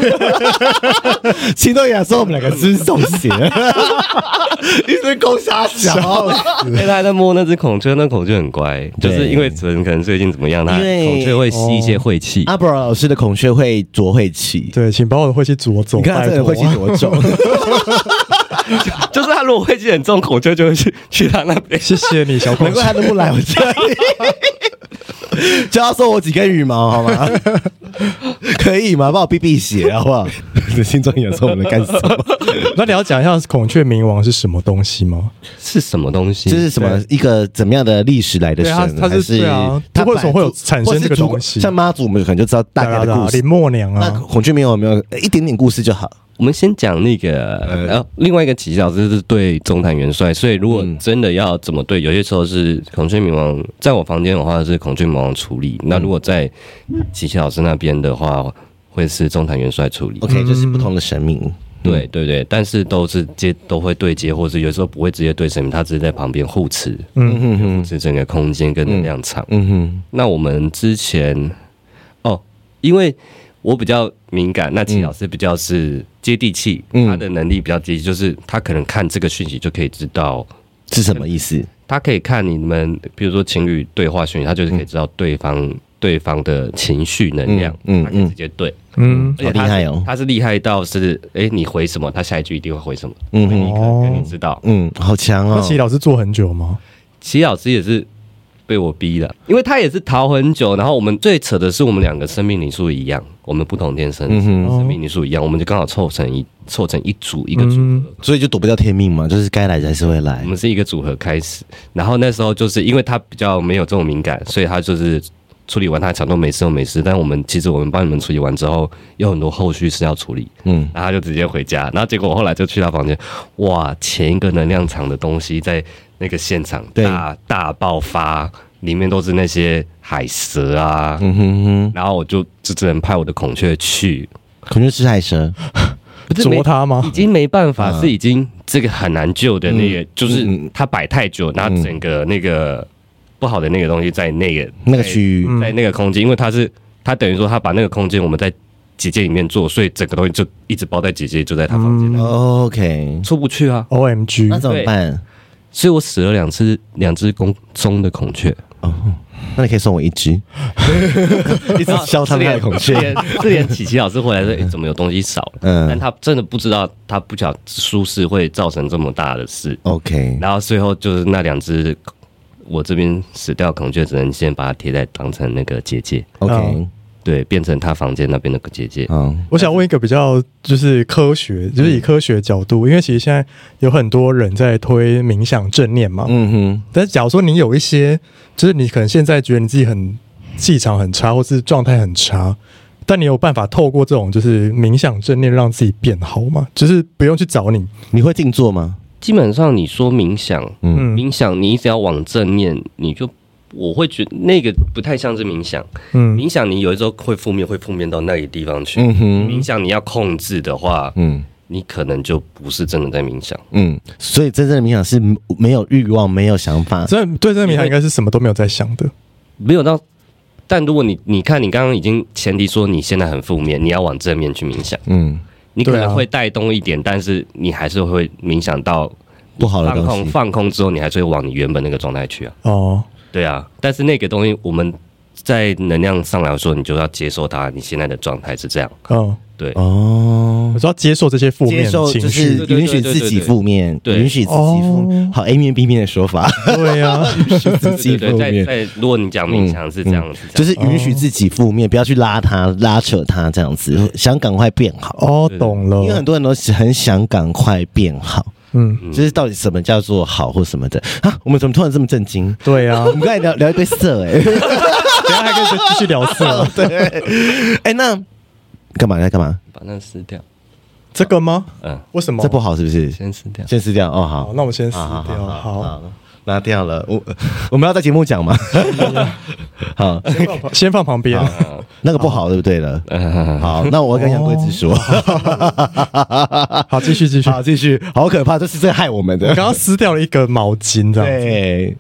[SPEAKER 1] 秦东雅说我们两个是中邪，一直攻杀小。
[SPEAKER 3] 因哎为他还在摸那只孔雀，那孔雀很乖，就
[SPEAKER 1] 对
[SPEAKER 3] 是因为陈可能最近怎么样，他
[SPEAKER 1] 因为
[SPEAKER 3] 孔雀会吸一些晦气。
[SPEAKER 1] 阿伯老师的孔雀会啄晦气，
[SPEAKER 2] 对，请把我的晦气啄走。
[SPEAKER 1] 你看他
[SPEAKER 2] 拜
[SPEAKER 1] 这个
[SPEAKER 2] 托
[SPEAKER 1] 晦
[SPEAKER 2] 啊
[SPEAKER 1] 气多
[SPEAKER 2] [laughs]
[SPEAKER 1] 重。
[SPEAKER 3] [laughs] 就是他如果晦气很重，孔雀就会去去他那边。
[SPEAKER 2] 谢谢你，小孔
[SPEAKER 1] 难怪
[SPEAKER 2] 雀。
[SPEAKER 1] 他都不来我这里， [laughs] 叫他送我几根羽毛好
[SPEAKER 2] [laughs]
[SPEAKER 1] 吗？可以吗？帮我避避邪好不好？你的心中有说我们在干什么？
[SPEAKER 2] 那你要讲一下孔雀冥王是什么东西吗？
[SPEAKER 3] [laughs] 是什么东西？
[SPEAKER 1] 这是什么一个怎么样的历史来的
[SPEAKER 2] 对它
[SPEAKER 1] 神？
[SPEAKER 2] 它是
[SPEAKER 1] 还
[SPEAKER 2] 对啊
[SPEAKER 1] 它
[SPEAKER 2] 为什么会有产生
[SPEAKER 1] 或是
[SPEAKER 2] 这个
[SPEAKER 1] 主
[SPEAKER 2] 东西
[SPEAKER 1] 像妈祖，我们可能就知道大概的故
[SPEAKER 2] 林
[SPEAKER 1] 事。
[SPEAKER 2] 默娘
[SPEAKER 1] 那
[SPEAKER 2] 啊，
[SPEAKER 1] 孔雀没有有没有呃一点点故事就好？
[SPEAKER 3] 我们先讲那个，
[SPEAKER 1] 呃
[SPEAKER 3] 然后另外一个奇迹老师是对中坛元帅，所以如果
[SPEAKER 1] 嗯
[SPEAKER 3] 真的要怎么对，有些时候是孔雀冥王，在我房间的话是孔雀冥王处理，
[SPEAKER 1] 嗯
[SPEAKER 3] 那如果在奇迹老师那边的话，会是中坛元帅处理。
[SPEAKER 2] 嗯
[SPEAKER 1] OK，就是不同的神明。
[SPEAKER 3] 对对对，但是都是接都会对接，或是有时候不会直接对神明，他只是在旁边护持，
[SPEAKER 1] 嗯哼
[SPEAKER 3] 护
[SPEAKER 1] 哼，
[SPEAKER 3] 持整个空间跟能量场。
[SPEAKER 1] 嗯哼，
[SPEAKER 3] 那我们之前哦，因为我比较敏感，那齐老师比较是接地气，
[SPEAKER 1] 嗯
[SPEAKER 3] 他的能力比较接地气，就是他可能看这个讯息就可以知道
[SPEAKER 1] 是什么意思？
[SPEAKER 3] 他可以看你们，比如说情侣对话讯息，他就是可以知道对方、对方的情绪能量，
[SPEAKER 1] 嗯嗯嗯
[SPEAKER 3] 他可以
[SPEAKER 1] 嗯
[SPEAKER 3] 直接对，
[SPEAKER 2] 嗯，
[SPEAKER 1] 好
[SPEAKER 3] 而且
[SPEAKER 1] 厉
[SPEAKER 3] 他是
[SPEAKER 1] 害哦
[SPEAKER 3] 他是厉害到是，哎，你回什么，他下一句一定会回什么，
[SPEAKER 1] 嗯
[SPEAKER 3] 你
[SPEAKER 1] 哼，
[SPEAKER 3] 可能
[SPEAKER 2] 哦
[SPEAKER 3] 你知道，
[SPEAKER 1] 嗯，好强
[SPEAKER 2] 那
[SPEAKER 1] 哦，
[SPEAKER 2] 齐老师做很久吗？
[SPEAKER 3] 齐老师也是被我逼的，因为他也是逃很久。然后我们最扯的是，我们两个生命灵数一样，我们不同天生，
[SPEAKER 1] 嗯哼
[SPEAKER 3] 生命灵数一样，我们就刚好凑成一凑成一组一个组合。
[SPEAKER 2] 嗯，
[SPEAKER 1] 所以就躲不掉天命嘛，就是该来的还是会来
[SPEAKER 3] 我。们是一个组合开始，然后那时候就是因为他比较没有这种敏感，所以他就是处理完他抢都没事都没事。但我们其实我们帮你们处理完之后，有很多后续是要处理，
[SPEAKER 1] 嗯，
[SPEAKER 3] 然后他就直接回家。然后结果我后来就去他房间，哇，前一个能量场的东西在那个现场
[SPEAKER 1] 对
[SPEAKER 3] 大大爆发，里面都是那些海蛇啊。
[SPEAKER 1] 嗯哼哼，
[SPEAKER 3] 然后我就只只能派我的孔雀去，
[SPEAKER 1] 孔雀吃海蛇，
[SPEAKER 3] 不是没
[SPEAKER 2] 啄他吗
[SPEAKER 3] 已？经没办法，是已经这个很难救的那个，就是
[SPEAKER 1] 嗯嗯嗯嗯
[SPEAKER 3] 它摆太久，然后整个那个不好的那个东西在那个
[SPEAKER 1] 那个区域，
[SPEAKER 2] 嗯
[SPEAKER 3] 在那个空间，因为它是它等于说它把那个空间我们在结界里面做，所以整个东西就一直包在结界，就在他房间内
[SPEAKER 2] 嗯
[SPEAKER 1] 哦 OK，
[SPEAKER 3] 出不去啊，
[SPEAKER 2] O M G，
[SPEAKER 1] 那怎么办？
[SPEAKER 3] 所以我死了两只两只公中的
[SPEAKER 1] [laughs]
[SPEAKER 3] 孔雀，
[SPEAKER 1] 那你可以送我一
[SPEAKER 2] [laughs]
[SPEAKER 1] 只，一只消他们的孔
[SPEAKER 2] 哦
[SPEAKER 3] 是
[SPEAKER 1] 雀。
[SPEAKER 3] 连是连琪琪老师回来说，诶怎么有东西少了？
[SPEAKER 1] 嗯
[SPEAKER 3] 但他真的不知道，他不晓得舒适会造成这么大的事。
[SPEAKER 1] OK，
[SPEAKER 3] 然后最后就是那两只，我这边死掉孔雀只能先把它贴在当成那个结界，
[SPEAKER 1] OK，
[SPEAKER 3] 对，变成他房间那边的结界。
[SPEAKER 1] 嗯
[SPEAKER 2] 我想问一个比较就是科学，就是以科学角度，因为其实现在有很多人在推冥想正念嘛。
[SPEAKER 1] 嗯哼，
[SPEAKER 2] 但是假如说你有一些，就是你可能现在觉得你自己很气场很差，或是状态很差，但你有办法透过这种就是冥想正念让自己变好吗？就是不用去找你，
[SPEAKER 1] 你会静坐吗？
[SPEAKER 3] 基本上你说冥想，
[SPEAKER 2] 嗯
[SPEAKER 3] 冥想你只要往正念，你就我会觉得那个不太像是冥想，
[SPEAKER 2] 嗯
[SPEAKER 3] 冥想你有的时候会负面，会负面到那个地方去。
[SPEAKER 1] 嗯哼，
[SPEAKER 3] 冥想你要控制的话，
[SPEAKER 1] 嗯
[SPEAKER 3] 你可能就不是真的在冥想。
[SPEAKER 1] 嗯，所以真正的冥想是没有欲望，没有想法。
[SPEAKER 2] 这对这个冥想应该是什么都没有在想的，
[SPEAKER 3] 没有到。但如果你你看，你刚刚已经前提说你现在很负面，你要往正面去冥想，
[SPEAKER 1] 嗯，
[SPEAKER 3] 你可
[SPEAKER 2] 对啊
[SPEAKER 3] 能会带动一点，但是你还是会冥想到
[SPEAKER 1] 不好的
[SPEAKER 3] 放
[SPEAKER 1] 东
[SPEAKER 3] 空，
[SPEAKER 1] 西。
[SPEAKER 3] 放空之后你还是会往你原本那个状态去啊。
[SPEAKER 2] 哦，
[SPEAKER 3] 对啊，但是那个东西我们在能量上来说，你就要接受它，你现在的状态是这样。
[SPEAKER 2] 嗯，
[SPEAKER 3] 对，
[SPEAKER 1] 哦
[SPEAKER 2] 我，说要接受这些负
[SPEAKER 1] 接
[SPEAKER 2] 面
[SPEAKER 1] 受就
[SPEAKER 2] 情
[SPEAKER 1] 是
[SPEAKER 2] 绪，
[SPEAKER 1] 允许自己负面，
[SPEAKER 3] 对对对对对对
[SPEAKER 1] 允许自己负面
[SPEAKER 2] 哦
[SPEAKER 1] 好 A 面 B 面的说法，
[SPEAKER 2] 对
[SPEAKER 1] [laughs]
[SPEAKER 2] 啊呀、
[SPEAKER 1] 允许自己
[SPEAKER 3] 对对
[SPEAKER 1] 负
[SPEAKER 3] 对，在
[SPEAKER 1] 面，嗯
[SPEAKER 3] 在如果你讲冥想是这样，子，
[SPEAKER 1] 就是允许自己负面，不要去拉他、拉扯他这样子，想赶快变好。
[SPEAKER 2] 哦，懂
[SPEAKER 1] 因为
[SPEAKER 2] 了
[SPEAKER 1] 很，多人都是很想赶快变好，
[SPEAKER 2] 嗯，
[SPEAKER 1] 就是到底什么叫做好或什么的啊？我们怎么突然这么震惊？
[SPEAKER 2] 对呀、
[SPEAKER 1] 我们刚才聊聊一堆色哎、欸，
[SPEAKER 2] 等一下还可以继续聊
[SPEAKER 1] [laughs]
[SPEAKER 2] 色
[SPEAKER 1] 对，哎、那干嘛？你在干嘛？
[SPEAKER 3] 把那撕掉，
[SPEAKER 2] 这个吗？
[SPEAKER 3] 嗯，
[SPEAKER 2] 为什么
[SPEAKER 1] 这？不好是不是？
[SPEAKER 3] 先撕掉。
[SPEAKER 1] 先撕掉哦，
[SPEAKER 2] 好，
[SPEAKER 1] 好，
[SPEAKER 2] 那我们先撕
[SPEAKER 1] 好
[SPEAKER 2] 掉。好，，
[SPEAKER 1] 拿掉了。我我们要在节目讲
[SPEAKER 2] [laughs]
[SPEAKER 1] 吗？好，
[SPEAKER 2] 先放旁先放旁边。
[SPEAKER 1] 那个不好，对不对了？
[SPEAKER 3] 嗯
[SPEAKER 1] 好，那我跟杨贵枝说，
[SPEAKER 2] [laughs] 好，继续继续。
[SPEAKER 1] [laughs] 好，继续，好可怕，这是在害我们
[SPEAKER 2] 我
[SPEAKER 1] 的。
[SPEAKER 2] 刚刚撕掉了一个毛巾，这样子。
[SPEAKER 1] 对，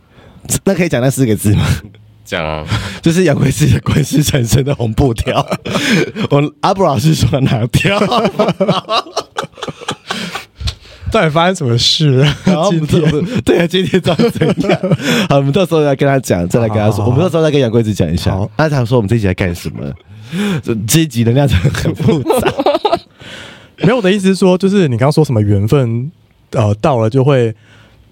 [SPEAKER 1] 那可以讲那四个字吗？
[SPEAKER 3] [laughs]
[SPEAKER 1] [laughs]
[SPEAKER 3] 这样啊，
[SPEAKER 1] 就是杨贵枝的滚石产生的红布条， [laughs] 我阿布老师说拿掉，
[SPEAKER 2] 到底发生什么事了？
[SPEAKER 1] [laughs] 然后我
[SPEAKER 2] 今
[SPEAKER 1] 们我
[SPEAKER 2] 天
[SPEAKER 1] 们对啊，今天到底怎样？好，我们到时候再跟他讲，再来跟他说，
[SPEAKER 2] 好好好
[SPEAKER 1] 我们到时候再跟杨贵枝讲一下
[SPEAKER 2] 好。
[SPEAKER 1] 他想说我们这一集在干什么？这这一集能量真的很复 [laughs] 杂，
[SPEAKER 2] [laughs] 没有我的意思是说，就是你刚刚说什么缘分，呃，到了就会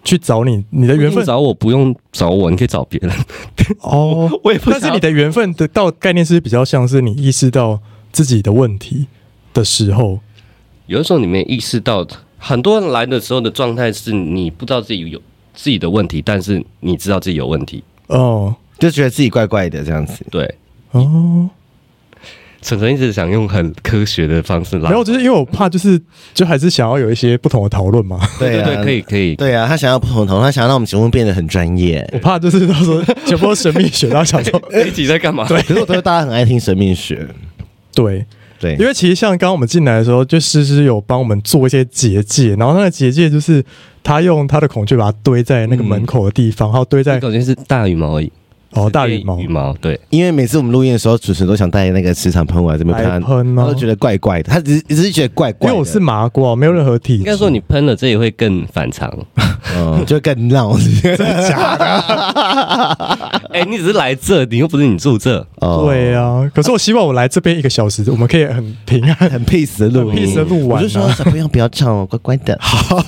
[SPEAKER 2] 去找你，你的缘
[SPEAKER 3] 不一定
[SPEAKER 2] 分
[SPEAKER 3] 找我不用找我，你可以找别人。 [laughs]
[SPEAKER 2] 哦。
[SPEAKER 3] 我也不
[SPEAKER 2] 但
[SPEAKER 3] 想
[SPEAKER 2] 是
[SPEAKER 3] 要
[SPEAKER 2] 你的缘分的到概念是比较像是你意识到自己的问题的时候，
[SPEAKER 3] 有的时候你没意识到，很多人来的时候的状态是你不知道自己有自己的问题，但是你知道自己有问题。
[SPEAKER 2] 哦
[SPEAKER 1] 就觉得自己怪怪的这样 [laughs] 子。
[SPEAKER 3] 对，
[SPEAKER 2] 哦，
[SPEAKER 3] 晨晨一直想用很科学的方式拉，
[SPEAKER 2] 没有，就是因为我怕，就是就还是想要有一些不同的讨论嘛。
[SPEAKER 3] 对
[SPEAKER 1] 啊，
[SPEAKER 3] 对，可以。可以。
[SPEAKER 1] 对啊，他想要不同同，他想要让我们节目变得很专 [laughs] 业。
[SPEAKER 2] 我怕就是到时候全部都神秘学，然后想说
[SPEAKER 3] 这一集在干嘛？对，
[SPEAKER 1] 可是我觉得大家很爱听神秘学，
[SPEAKER 2] 对，
[SPEAKER 1] 对，
[SPEAKER 2] 因为其实像刚刚我们进来的时候，就诗诗有帮我们做一些结界，然后那个结界就是他用他的孔雀把它堆在那个门口的地方，还有堆在
[SPEAKER 3] 感觉是大羽毛而已。
[SPEAKER 2] 哦大羽毛
[SPEAKER 3] 羽，毛对，
[SPEAKER 1] 因为每次我们录音的时候，主持人都想带那个磁场喷雾来这啊边喷，
[SPEAKER 2] 来喷
[SPEAKER 1] 他
[SPEAKER 2] 哦
[SPEAKER 1] 都觉得怪怪的，他只是只是觉得怪怪
[SPEAKER 2] 因
[SPEAKER 1] 的。
[SPEAKER 2] 为我是麻瓜，没有任何体质。
[SPEAKER 1] [laughs]
[SPEAKER 3] 应该说你喷了，这也会更反常。
[SPEAKER 1] 嗯，就更闹。
[SPEAKER 2] 假的。
[SPEAKER 3] 哎、你只是来这里，又不是你
[SPEAKER 1] [laughs]
[SPEAKER 3] 住这。
[SPEAKER 1] [laughs] 哦
[SPEAKER 2] 对啊，可是我希望我来这边一个小时，我们可以很平
[SPEAKER 1] [laughs]
[SPEAKER 2] 安。
[SPEAKER 1] 很 peace 的录
[SPEAKER 2] 很
[SPEAKER 1] 音，
[SPEAKER 2] peace 地录
[SPEAKER 1] 我
[SPEAKER 2] 完啊
[SPEAKER 1] 就说小朋友不要吵哦，乖乖的。好，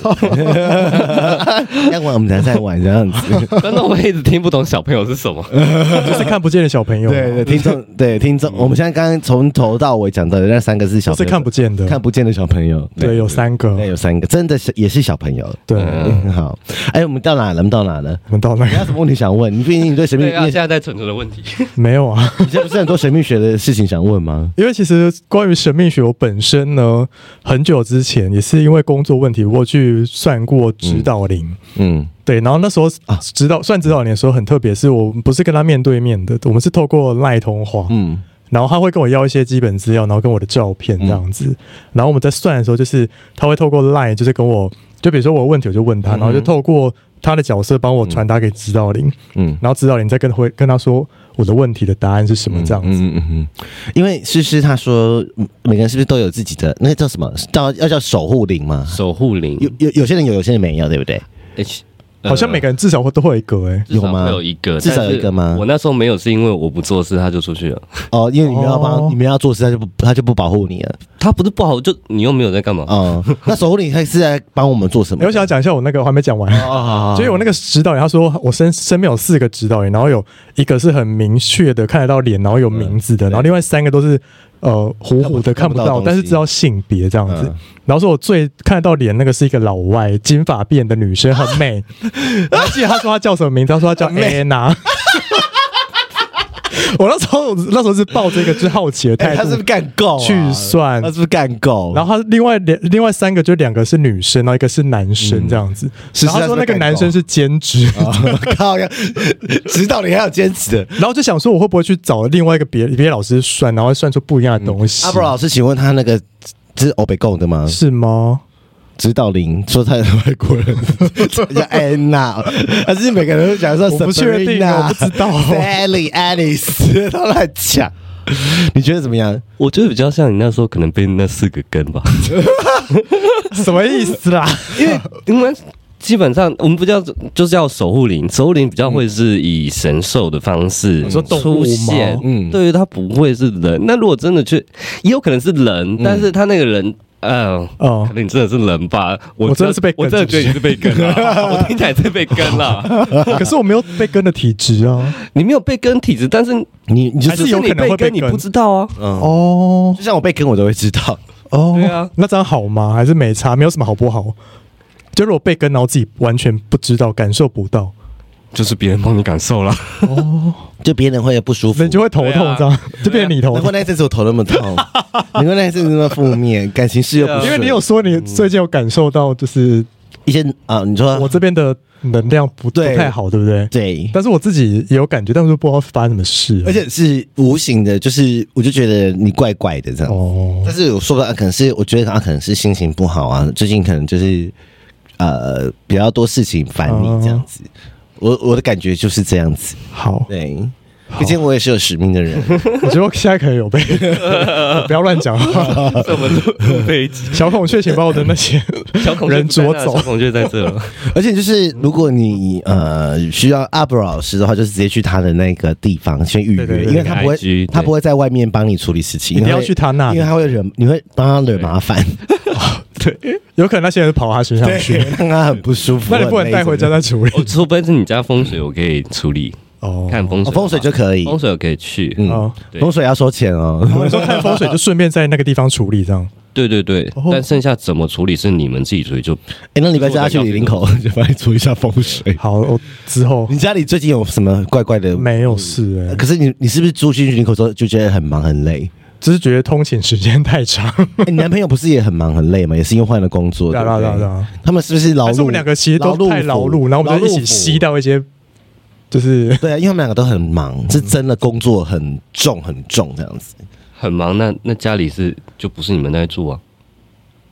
[SPEAKER 1] 要玩我们才再玩这样
[SPEAKER 3] [laughs]
[SPEAKER 1] 子。
[SPEAKER 3] 观众会一直听不懂小朋友是什么。
[SPEAKER 2] 就是看不见的小朋友，
[SPEAKER 1] 对对，听众对听众，我们现在刚刚从头到尾讲到的那三个是小
[SPEAKER 2] 是
[SPEAKER 1] 朋友，
[SPEAKER 2] 看不见的，
[SPEAKER 1] 看不见的小朋友。
[SPEAKER 2] 对，有三个，
[SPEAKER 1] 对，有三个，真的是也是小朋友。
[SPEAKER 2] 对，
[SPEAKER 1] 嗯，好。哎，我们到哪了？我们到哪了？
[SPEAKER 2] 我们到那
[SPEAKER 1] 你还有
[SPEAKER 2] 个 [laughs]
[SPEAKER 1] 什么问题想问？你毕竟你对神秘，
[SPEAKER 3] 对啊，
[SPEAKER 1] 你
[SPEAKER 3] 现
[SPEAKER 1] 也
[SPEAKER 3] 在在存存的问题。
[SPEAKER 2] 没有啊？
[SPEAKER 1] 你现在不是很多神秘学的事情想问吗？
[SPEAKER 2] 因为其实关于神秘学，我本身呢，很久之前也是因为工作问题，我去算过指导灵。
[SPEAKER 1] 嗯，
[SPEAKER 2] 对，然后那时候
[SPEAKER 1] 啊
[SPEAKER 2] 指导算指导灵的时候很特别，是我们不是跟他面对面的，我们是透过赖通话，
[SPEAKER 1] 嗯，
[SPEAKER 2] 然后他会跟我要一些基本资料，然后跟我的照片这
[SPEAKER 1] 嗯
[SPEAKER 2] 样子，然后我们在算的时候，就是他会透过赖，就是跟我，就比如说我有问题我就问他，然后就透过他的角色帮我传达给指导灵，
[SPEAKER 1] 嗯
[SPEAKER 2] 然后指导灵再跟回跟他说我的问题的答案是什么这样子，
[SPEAKER 1] 嗯嗯嗯嗯，因为诗诗她说，嗯每个人是不是都有自己的那个叫什么？叫要叫守护灵吗？
[SPEAKER 3] 守护灵
[SPEAKER 1] 有有有些人有，有些人没有，对不对？
[SPEAKER 3] H，
[SPEAKER 2] 好
[SPEAKER 3] 呃
[SPEAKER 1] 呃
[SPEAKER 2] 像每个人至少会都会有一个哎、欸
[SPEAKER 3] 至少
[SPEAKER 1] 有吗
[SPEAKER 3] 会有一个，
[SPEAKER 1] 至少有一个吗
[SPEAKER 3] 但是我那时候没有，是因为我不做事，他就出去了。
[SPEAKER 1] 哦，因为你们要帮、
[SPEAKER 2] 哦
[SPEAKER 1] 你们要做事，他就不他就不保护你了。
[SPEAKER 3] 他不是不好，就你又没有在干嘛？
[SPEAKER 1] 哦、
[SPEAKER 2] [laughs]
[SPEAKER 1] 那守护灵他是在帮我们做什么？
[SPEAKER 2] 欸我想要讲一下我那个我还没讲完。
[SPEAKER 1] 哦，好好好
[SPEAKER 2] 所以我那个指导员，他说我身身边有四个指导员，然后有一个是很明确的看得到脸，然后有名字
[SPEAKER 1] 嗯
[SPEAKER 2] 的，然后另外三个都是呃糊糊的
[SPEAKER 1] 看
[SPEAKER 2] 看
[SPEAKER 1] 不
[SPEAKER 2] 不
[SPEAKER 1] 到
[SPEAKER 2] 到，
[SPEAKER 1] 东西
[SPEAKER 2] 但是知道性别这样子
[SPEAKER 1] 嗯。
[SPEAKER 2] 然后说我最看得到脸那个是一个老外，金发辫的女生，很
[SPEAKER 1] [laughs]
[SPEAKER 2] 美。我还记得他说他叫什么名字，他说他叫 Anna。我那时候那时候是抱着一个最好奇的
[SPEAKER 1] 哎、
[SPEAKER 2] 态
[SPEAKER 1] 他是不
[SPEAKER 2] 度
[SPEAKER 1] 是干够、啊？
[SPEAKER 2] 去算
[SPEAKER 1] 他是不是干够？
[SPEAKER 2] 然
[SPEAKER 1] 后
[SPEAKER 2] 后他另外两另外三个就两个是女生，然后一个是男生这样子。
[SPEAKER 1] 是
[SPEAKER 2] 然后他
[SPEAKER 1] 是
[SPEAKER 2] 说
[SPEAKER 1] 他
[SPEAKER 2] 那
[SPEAKER 1] 是
[SPEAKER 2] 个
[SPEAKER 1] 在
[SPEAKER 2] 男
[SPEAKER 1] 搞
[SPEAKER 2] 生是兼职，
[SPEAKER 1] 哦 [laughs] 靠呀，指导你还有坚持的。
[SPEAKER 2] [laughs] 然后就想说我会不会去找另外一个别别的老师算，然后算出不一样的东西？
[SPEAKER 1] 阿布老师，请问他那个是欧北贡的吗？
[SPEAKER 2] 是吗？
[SPEAKER 1] 指导灵说他是外国人，叫安娜，还是每个人都讲说
[SPEAKER 2] 我不确定
[SPEAKER 1] Sabrina，
[SPEAKER 2] 啊我不知道
[SPEAKER 1] Sally、Alice，他 [laughs] 乱讲。你觉得怎么样？
[SPEAKER 3] 我觉得比较像你那时候可能被那四个跟吧，
[SPEAKER 2] 什么意思啊啦？
[SPEAKER 3] 因为因为基本上我们不叫就是叫守护灵，守护灵比较会是以神兽的方式
[SPEAKER 2] 嗯说动物
[SPEAKER 3] 出
[SPEAKER 2] 吗
[SPEAKER 3] 现，
[SPEAKER 1] 嗯
[SPEAKER 3] 对，它不会是人。那如果真的去，也有可能是人，但是他那个人，嗯。
[SPEAKER 2] 哦
[SPEAKER 3] 可，能你真的是人吧？我
[SPEAKER 2] 我真的是被跟
[SPEAKER 3] 我真的觉得你是被
[SPEAKER 2] [laughs]
[SPEAKER 3] 跟了，我听起来是被跟了。
[SPEAKER 2] 可是我没有被跟的体质啊。
[SPEAKER 3] 你没有被跟体质，但是
[SPEAKER 1] 你你就
[SPEAKER 2] 还
[SPEAKER 1] 是
[SPEAKER 2] 是有可能
[SPEAKER 3] 你
[SPEAKER 2] 会
[SPEAKER 3] 被
[SPEAKER 2] 被
[SPEAKER 3] 跟，
[SPEAKER 2] 跟
[SPEAKER 3] 你不知道啊。
[SPEAKER 1] 嗯，
[SPEAKER 2] 哦
[SPEAKER 1] 就像我被坑，我都会知道。
[SPEAKER 2] 哦，
[SPEAKER 3] 对啊
[SPEAKER 2] 那这样好吗？还是没差？没有什么好不好？就如果被跟，然后自己完全不知道，感受不到，
[SPEAKER 3] 就是别人帮你感受了。
[SPEAKER 1] [laughs] 就别人会不舒服
[SPEAKER 2] 人。就会头
[SPEAKER 3] 对
[SPEAKER 2] 痛
[SPEAKER 3] 啊，
[SPEAKER 2] 这样就变成你头
[SPEAKER 1] 难怪
[SPEAKER 2] 痛。
[SPEAKER 1] 那一阵子我头那么 [laughs] 痛，难怪那一阵子那么负 [laughs] 面，感情事又不顺
[SPEAKER 3] 对啊
[SPEAKER 2] 因为你有说你最近有感受到，就是
[SPEAKER 1] 一些啊，你说
[SPEAKER 2] 我这边的能量不不
[SPEAKER 1] 对
[SPEAKER 2] 太好，对不嗯对？
[SPEAKER 1] 对，
[SPEAKER 2] 但是我自己也有感觉，但是不知道发生什么事啊、
[SPEAKER 1] 而且是无形的，就是我就觉得你怪怪的这样。
[SPEAKER 2] 哦，
[SPEAKER 1] 但是我说不啊了，可能是我觉得他可能是心情不好啊，最近可能就是呃比较多事情烦你这样子。我我的感觉就是这样子，
[SPEAKER 2] 好，
[SPEAKER 1] 对，毕竟我也是有使命的人。
[SPEAKER 2] 我觉得我现在可能有 [laughs] 被，不要乱讲话。 [laughs]
[SPEAKER 3] 这么多飞机，
[SPEAKER 2] 小孔雀，请把我的那些 [laughs]
[SPEAKER 3] 小孔雀
[SPEAKER 2] 人
[SPEAKER 3] 不在那
[SPEAKER 2] 捉走
[SPEAKER 3] 小孔雀在
[SPEAKER 2] [laughs]
[SPEAKER 3] 这哦了。
[SPEAKER 1] 而且就是如果你呃需要阿布老师的话，就是直接去他的那个地方先预约，
[SPEAKER 2] 对对对
[SPEAKER 1] 因为他不
[SPEAKER 3] IG
[SPEAKER 1] 会
[SPEAKER 3] 对
[SPEAKER 1] 他不会在外面帮你处理事情，
[SPEAKER 2] 一定要
[SPEAKER 1] 因为
[SPEAKER 2] 去他那里
[SPEAKER 1] 因为他会惹你会帮他惹麻烦， [laughs]
[SPEAKER 2] 有可能那些人跑到啊他身上去，
[SPEAKER 1] 让他很不舒服。
[SPEAKER 2] 那你不能带回家
[SPEAKER 1] 很累
[SPEAKER 2] 再处理
[SPEAKER 3] 我除非是你家风水，我可以处理。
[SPEAKER 2] 哦。
[SPEAKER 3] 看风
[SPEAKER 1] 什么的，
[SPEAKER 3] 水，
[SPEAKER 1] 哦风水就可以，
[SPEAKER 3] 风水啊我可以去。
[SPEAKER 1] 嗯
[SPEAKER 2] 哦，
[SPEAKER 3] 对
[SPEAKER 1] 风水要收钱哦。
[SPEAKER 2] 我说看风水就顺便在那个地方处理这样。
[SPEAKER 3] 对对对
[SPEAKER 2] 哦，
[SPEAKER 3] 但剩下怎么处理是你们自己处理。就
[SPEAKER 1] 哎，那你不要叫他去李林口， [laughs] 就帮你处理一下风水。
[SPEAKER 2] 好，我之后
[SPEAKER 1] 你家里最近有什么怪怪的？
[SPEAKER 2] 没有事哎、
[SPEAKER 1] 可是你你是不是住进去林口之后就觉得很忙很
[SPEAKER 2] [laughs]
[SPEAKER 1] 累？
[SPEAKER 2] 只是觉得通勤时间太长。
[SPEAKER 1] 哎你男朋友不是也很忙很累吗？也是因为换了工作，
[SPEAKER 2] [laughs] 对
[SPEAKER 1] 对
[SPEAKER 2] 啊
[SPEAKER 1] 不
[SPEAKER 2] 对啊对
[SPEAKER 1] 对
[SPEAKER 2] 啊？
[SPEAKER 1] 他们是不是劳
[SPEAKER 2] 但是我
[SPEAKER 1] 碌？
[SPEAKER 2] 们两个其实都太劳碌，然后我们就一起吸
[SPEAKER 1] 到。
[SPEAKER 2] 到一些，就是
[SPEAKER 1] 对啊，因为他们两个都很
[SPEAKER 2] 嗯
[SPEAKER 1] 忙，是真的工作很重很重这样子。
[SPEAKER 3] 很忙，那那家里是就不是你们在住啊？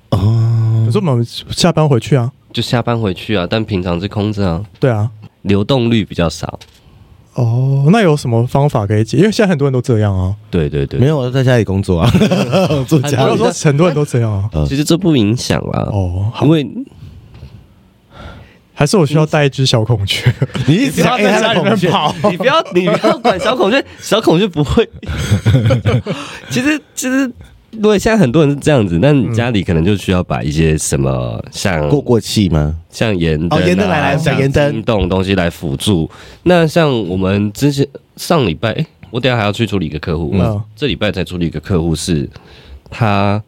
[SPEAKER 1] 哦，
[SPEAKER 2] 可是我们下班回去啊，
[SPEAKER 3] 就下班回去啊，但平常是空着啊，
[SPEAKER 2] 对啊。
[SPEAKER 3] 流动率比较少。
[SPEAKER 2] 哦，那有什么方法可以解？因为现在很多人都这样啊，
[SPEAKER 3] 对对
[SPEAKER 1] 没
[SPEAKER 3] 对，
[SPEAKER 1] 有，我在家里工 [laughs] 作啊， [laughs] 做
[SPEAKER 2] 我
[SPEAKER 1] 家
[SPEAKER 2] 有
[SPEAKER 1] 里
[SPEAKER 2] 说很多人都这样啊。
[SPEAKER 1] 有
[SPEAKER 3] 哦其实这不影响啦。
[SPEAKER 2] 哦，好
[SPEAKER 3] 因为
[SPEAKER 2] 还是我需要带一只小孔雀？
[SPEAKER 1] 你一直
[SPEAKER 3] 不
[SPEAKER 1] 想
[SPEAKER 3] 要在
[SPEAKER 1] A
[SPEAKER 3] 家
[SPEAKER 1] 他
[SPEAKER 3] 里
[SPEAKER 1] 的
[SPEAKER 3] 面
[SPEAKER 1] 孔雀，
[SPEAKER 3] 跑， [laughs] 你不要你不要管小孔 [laughs] 雀，小孔雀不 [laughs] 会。其实其实，如果现在很多人是这样子，那你家里可能就需要把一些什么像
[SPEAKER 1] 过过气吗？
[SPEAKER 3] 像盐灯、啊、
[SPEAKER 1] 哦盐灯来来
[SPEAKER 3] 像
[SPEAKER 1] 讲盐灯
[SPEAKER 3] 金这种东西来辅助。那像我们之前上礼拜，诶我等一下还要去处理一个客户，
[SPEAKER 2] 嗯
[SPEAKER 3] 这礼拜才处理一个客户是，他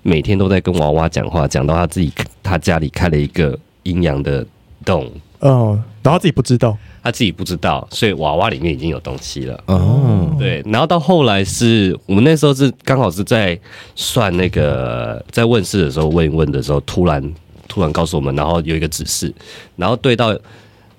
[SPEAKER 3] 每天都在跟娃娃讲话，讲到他自己他家里开了一个阴阳的洞，
[SPEAKER 2] 嗯，然后自己不知道，
[SPEAKER 3] 他自己不知道，所以娃娃里面已经有东西了。
[SPEAKER 1] 哦，
[SPEAKER 3] 对，然后到后来是我们那时候是刚好是在算那个在问世的时候问一问的时候，突然突然告诉我们，然后有一个指示，然后对到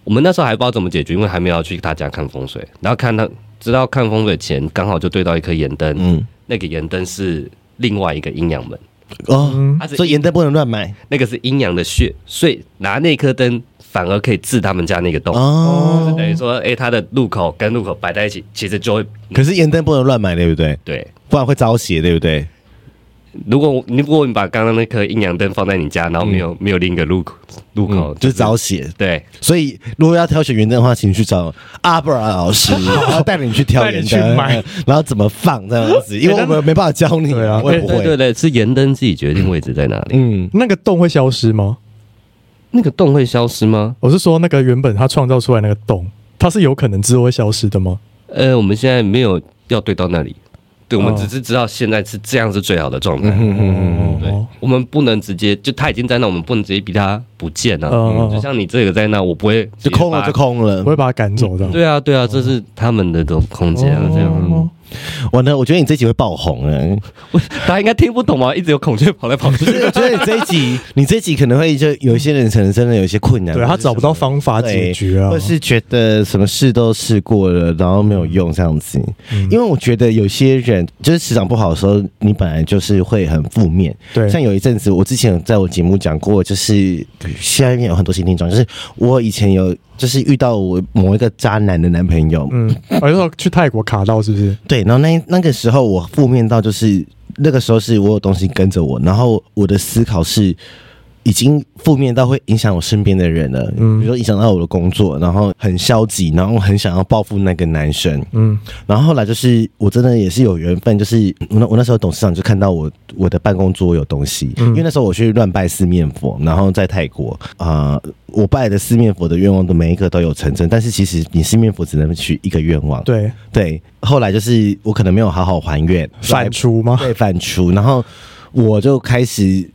[SPEAKER 3] 我们那时候还不知道怎么解决，因为还没有要去他家看风水，然后看他直到看风水前，刚好就对到一颗盐灯，
[SPEAKER 1] 嗯，
[SPEAKER 3] 那个盐灯是另外一个阴阳门，
[SPEAKER 2] 嗯
[SPEAKER 1] 哦，
[SPEAKER 3] 它是
[SPEAKER 1] 所以盐灯不能乱买
[SPEAKER 3] 那个是阴阳的穴，所以拿那颗灯反而可以治他们家那个洞。
[SPEAKER 1] 哦。
[SPEAKER 3] 等于说，哎、它的路口跟路口摆在一起，其实就会
[SPEAKER 1] 可是盐灯不能乱买，对不对？
[SPEAKER 3] 对。
[SPEAKER 1] 不然会招邪，对不对？
[SPEAKER 3] 如果你如果你把刚刚那颗阴阳灯放在你家，然后没有、没有另一个路口路口，
[SPEAKER 1] 嗯
[SPEAKER 2] 哦
[SPEAKER 1] 就是招邪。
[SPEAKER 3] 对，
[SPEAKER 1] 所以如果要挑选盐灯的话，请去找阿布尔老
[SPEAKER 2] [laughs]
[SPEAKER 1] 师，然后带你去挑盐
[SPEAKER 2] 带你去
[SPEAKER 1] 灯
[SPEAKER 2] 买，哎
[SPEAKER 1] 然后怎么放这样子，因为我们没办法教你，
[SPEAKER 2] 对啊
[SPEAKER 1] 我也不
[SPEAKER 3] 对对
[SPEAKER 1] 会。
[SPEAKER 3] 对，是盐灯自己决定位置在哪里。
[SPEAKER 1] 嗯，
[SPEAKER 2] 那个洞会消失吗？
[SPEAKER 3] 那个洞会消失吗？
[SPEAKER 2] 我是说，那个原本他创造出来那个洞，它是有可能之后会消失的吗？
[SPEAKER 3] 呃，我们现在没有要对到那里，对，我们
[SPEAKER 2] 哦
[SPEAKER 3] 只是知道现在是这样是最好的状态。
[SPEAKER 2] 嗯
[SPEAKER 3] 对
[SPEAKER 2] 嗯，
[SPEAKER 3] 我们不能直接就它已经在那，我们不能直接逼它不见了、
[SPEAKER 2] 嗯
[SPEAKER 3] 就像你这个在那，我不会
[SPEAKER 1] 哦就空了就。空了
[SPEAKER 2] 我。会把它赶走
[SPEAKER 1] 嗯
[SPEAKER 2] 的。
[SPEAKER 3] 对啊，对啊，这是他们的这种空间啊，这样
[SPEAKER 1] [laughs]
[SPEAKER 2] 哦，
[SPEAKER 1] 完了，我觉得你这集会爆红哎。
[SPEAKER 3] 大家应该听不懂吧？啊一直有孔雀跑来跑
[SPEAKER 1] 不，
[SPEAKER 3] 去
[SPEAKER 1] 是，我觉得你这一集，你这一集可能会就有一些人可能真的有一些困难，
[SPEAKER 2] 对他找不到方法解决啊
[SPEAKER 1] 啊或。是觉得什么事都试过了，然后没有用这样子。
[SPEAKER 2] 嗯
[SPEAKER 1] 因为我觉得有些人就是磁场不好的时候，你本来就是会很负面。
[SPEAKER 2] 对
[SPEAKER 1] 像有一阵子，我之前有在我节目讲过，就是下面有很多新听众，就是我以前有就是遇到我某一个渣男的男朋友，
[SPEAKER 2] 嗯，我就说去泰国卡到是不是？
[SPEAKER 1] 对，然后那那个时候我负面到就是那个时候是我有东西跟着我，然后我的思考是已经负面到会影响我身边的人了，
[SPEAKER 2] 嗯
[SPEAKER 1] 比如说影响到我的工作，然后很消极，然后很想要报复那个男生。
[SPEAKER 2] 嗯
[SPEAKER 1] 然后后来就是我真的也是有缘分，就是我那我那时候董事长就看到我我的办公桌有东西，
[SPEAKER 2] 嗯
[SPEAKER 1] 因为那时候我去乱拜四面佛，然后在泰国啊、呃我拜的四面佛的愿望的每一个都有成真，但是其实你四面佛只能许一个愿望，
[SPEAKER 2] 对，
[SPEAKER 1] 对，后来就是我可能没有好好还愿，
[SPEAKER 2] 反刍吗？
[SPEAKER 1] 对反刍，然后我就开始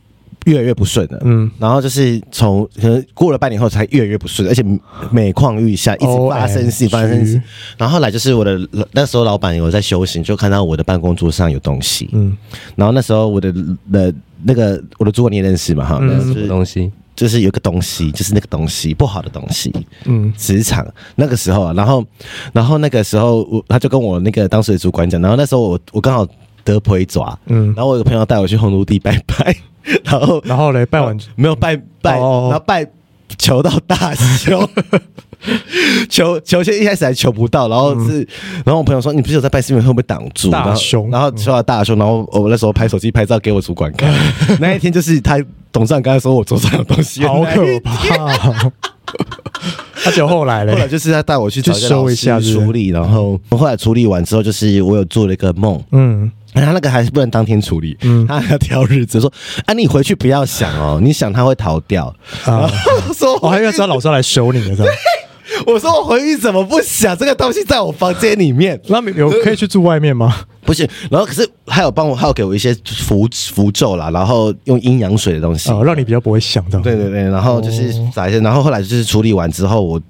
[SPEAKER 1] 越来越不顺了。
[SPEAKER 2] 嗯，
[SPEAKER 1] 然后就是从可能过了半年后才越来越不顺，而且每况愈下，一直发生事
[SPEAKER 2] OMG
[SPEAKER 1] 发生事。然后后来就是我的那时候老板有在修行，就看到我的办公桌上有东西。
[SPEAKER 2] 嗯，
[SPEAKER 1] 然后那时候我的的那个我的主管你也认识嘛哈，
[SPEAKER 2] 嗯
[SPEAKER 1] 就
[SPEAKER 3] 什么
[SPEAKER 1] 是
[SPEAKER 3] 东西？
[SPEAKER 1] 就是有一个东西，就是那个东西不好的东西。
[SPEAKER 2] 嗯，
[SPEAKER 1] 职场那个时候啊，然后然后那个时候我他就跟我那个当时的主管讲，然后那时候我我刚好得腿爪，
[SPEAKER 2] 嗯
[SPEAKER 1] 然后我有个朋友带我去红炉地拜拜， [laughs] 然后
[SPEAKER 2] 然后嘞，拜完
[SPEAKER 1] 没有拜拜，
[SPEAKER 2] 哦
[SPEAKER 1] 然后拜求到大 [laughs] 修。求求先一开始还求不到，然后是，然后我朋友说你不是有在拜师面会不会挡住？
[SPEAKER 2] 嗯大嗯
[SPEAKER 1] 然后
[SPEAKER 2] 凶
[SPEAKER 1] 然后求到大胸，然后我那时候拍手机拍照给我主管
[SPEAKER 2] [laughs]
[SPEAKER 1] 看，那一天就是他董事长刚才说我桌上有东西，
[SPEAKER 2] 好
[SPEAKER 1] 那一
[SPEAKER 2] 可怕。而且后来
[SPEAKER 1] 后来
[SPEAKER 2] 嘞，
[SPEAKER 1] 就是他带我去找
[SPEAKER 2] 去
[SPEAKER 1] 个
[SPEAKER 2] 收
[SPEAKER 1] 老
[SPEAKER 2] 一下
[SPEAKER 1] 师
[SPEAKER 2] 是不是
[SPEAKER 1] 处理，然后后来处理完之后，就是我有做了一个梦，
[SPEAKER 2] 嗯，
[SPEAKER 1] 然后他那个还是不能当天处理，他还要挑日子，说啊你回去不要想哦，你想他会逃掉。
[SPEAKER 2] 啊，
[SPEAKER 1] 我说
[SPEAKER 2] [laughs] 我
[SPEAKER 1] 我
[SPEAKER 2] 还以
[SPEAKER 1] 回
[SPEAKER 2] 为知道老师要来修你了，
[SPEAKER 1] [laughs]
[SPEAKER 2] 这样。
[SPEAKER 1] 我说我回去怎么不想这个东西在我房间里
[SPEAKER 2] [laughs]
[SPEAKER 1] 面？
[SPEAKER 2] 那你有可以去住外
[SPEAKER 1] [laughs]
[SPEAKER 2] 面吗？
[SPEAKER 1] 不是，然后可是还有帮我，还有给我一些符符咒啦，然后用阴阳水的东西，
[SPEAKER 2] 啊，让你比较不会想这样。
[SPEAKER 1] 对对对，然后就是打一些，然后后来就是处理完之后，我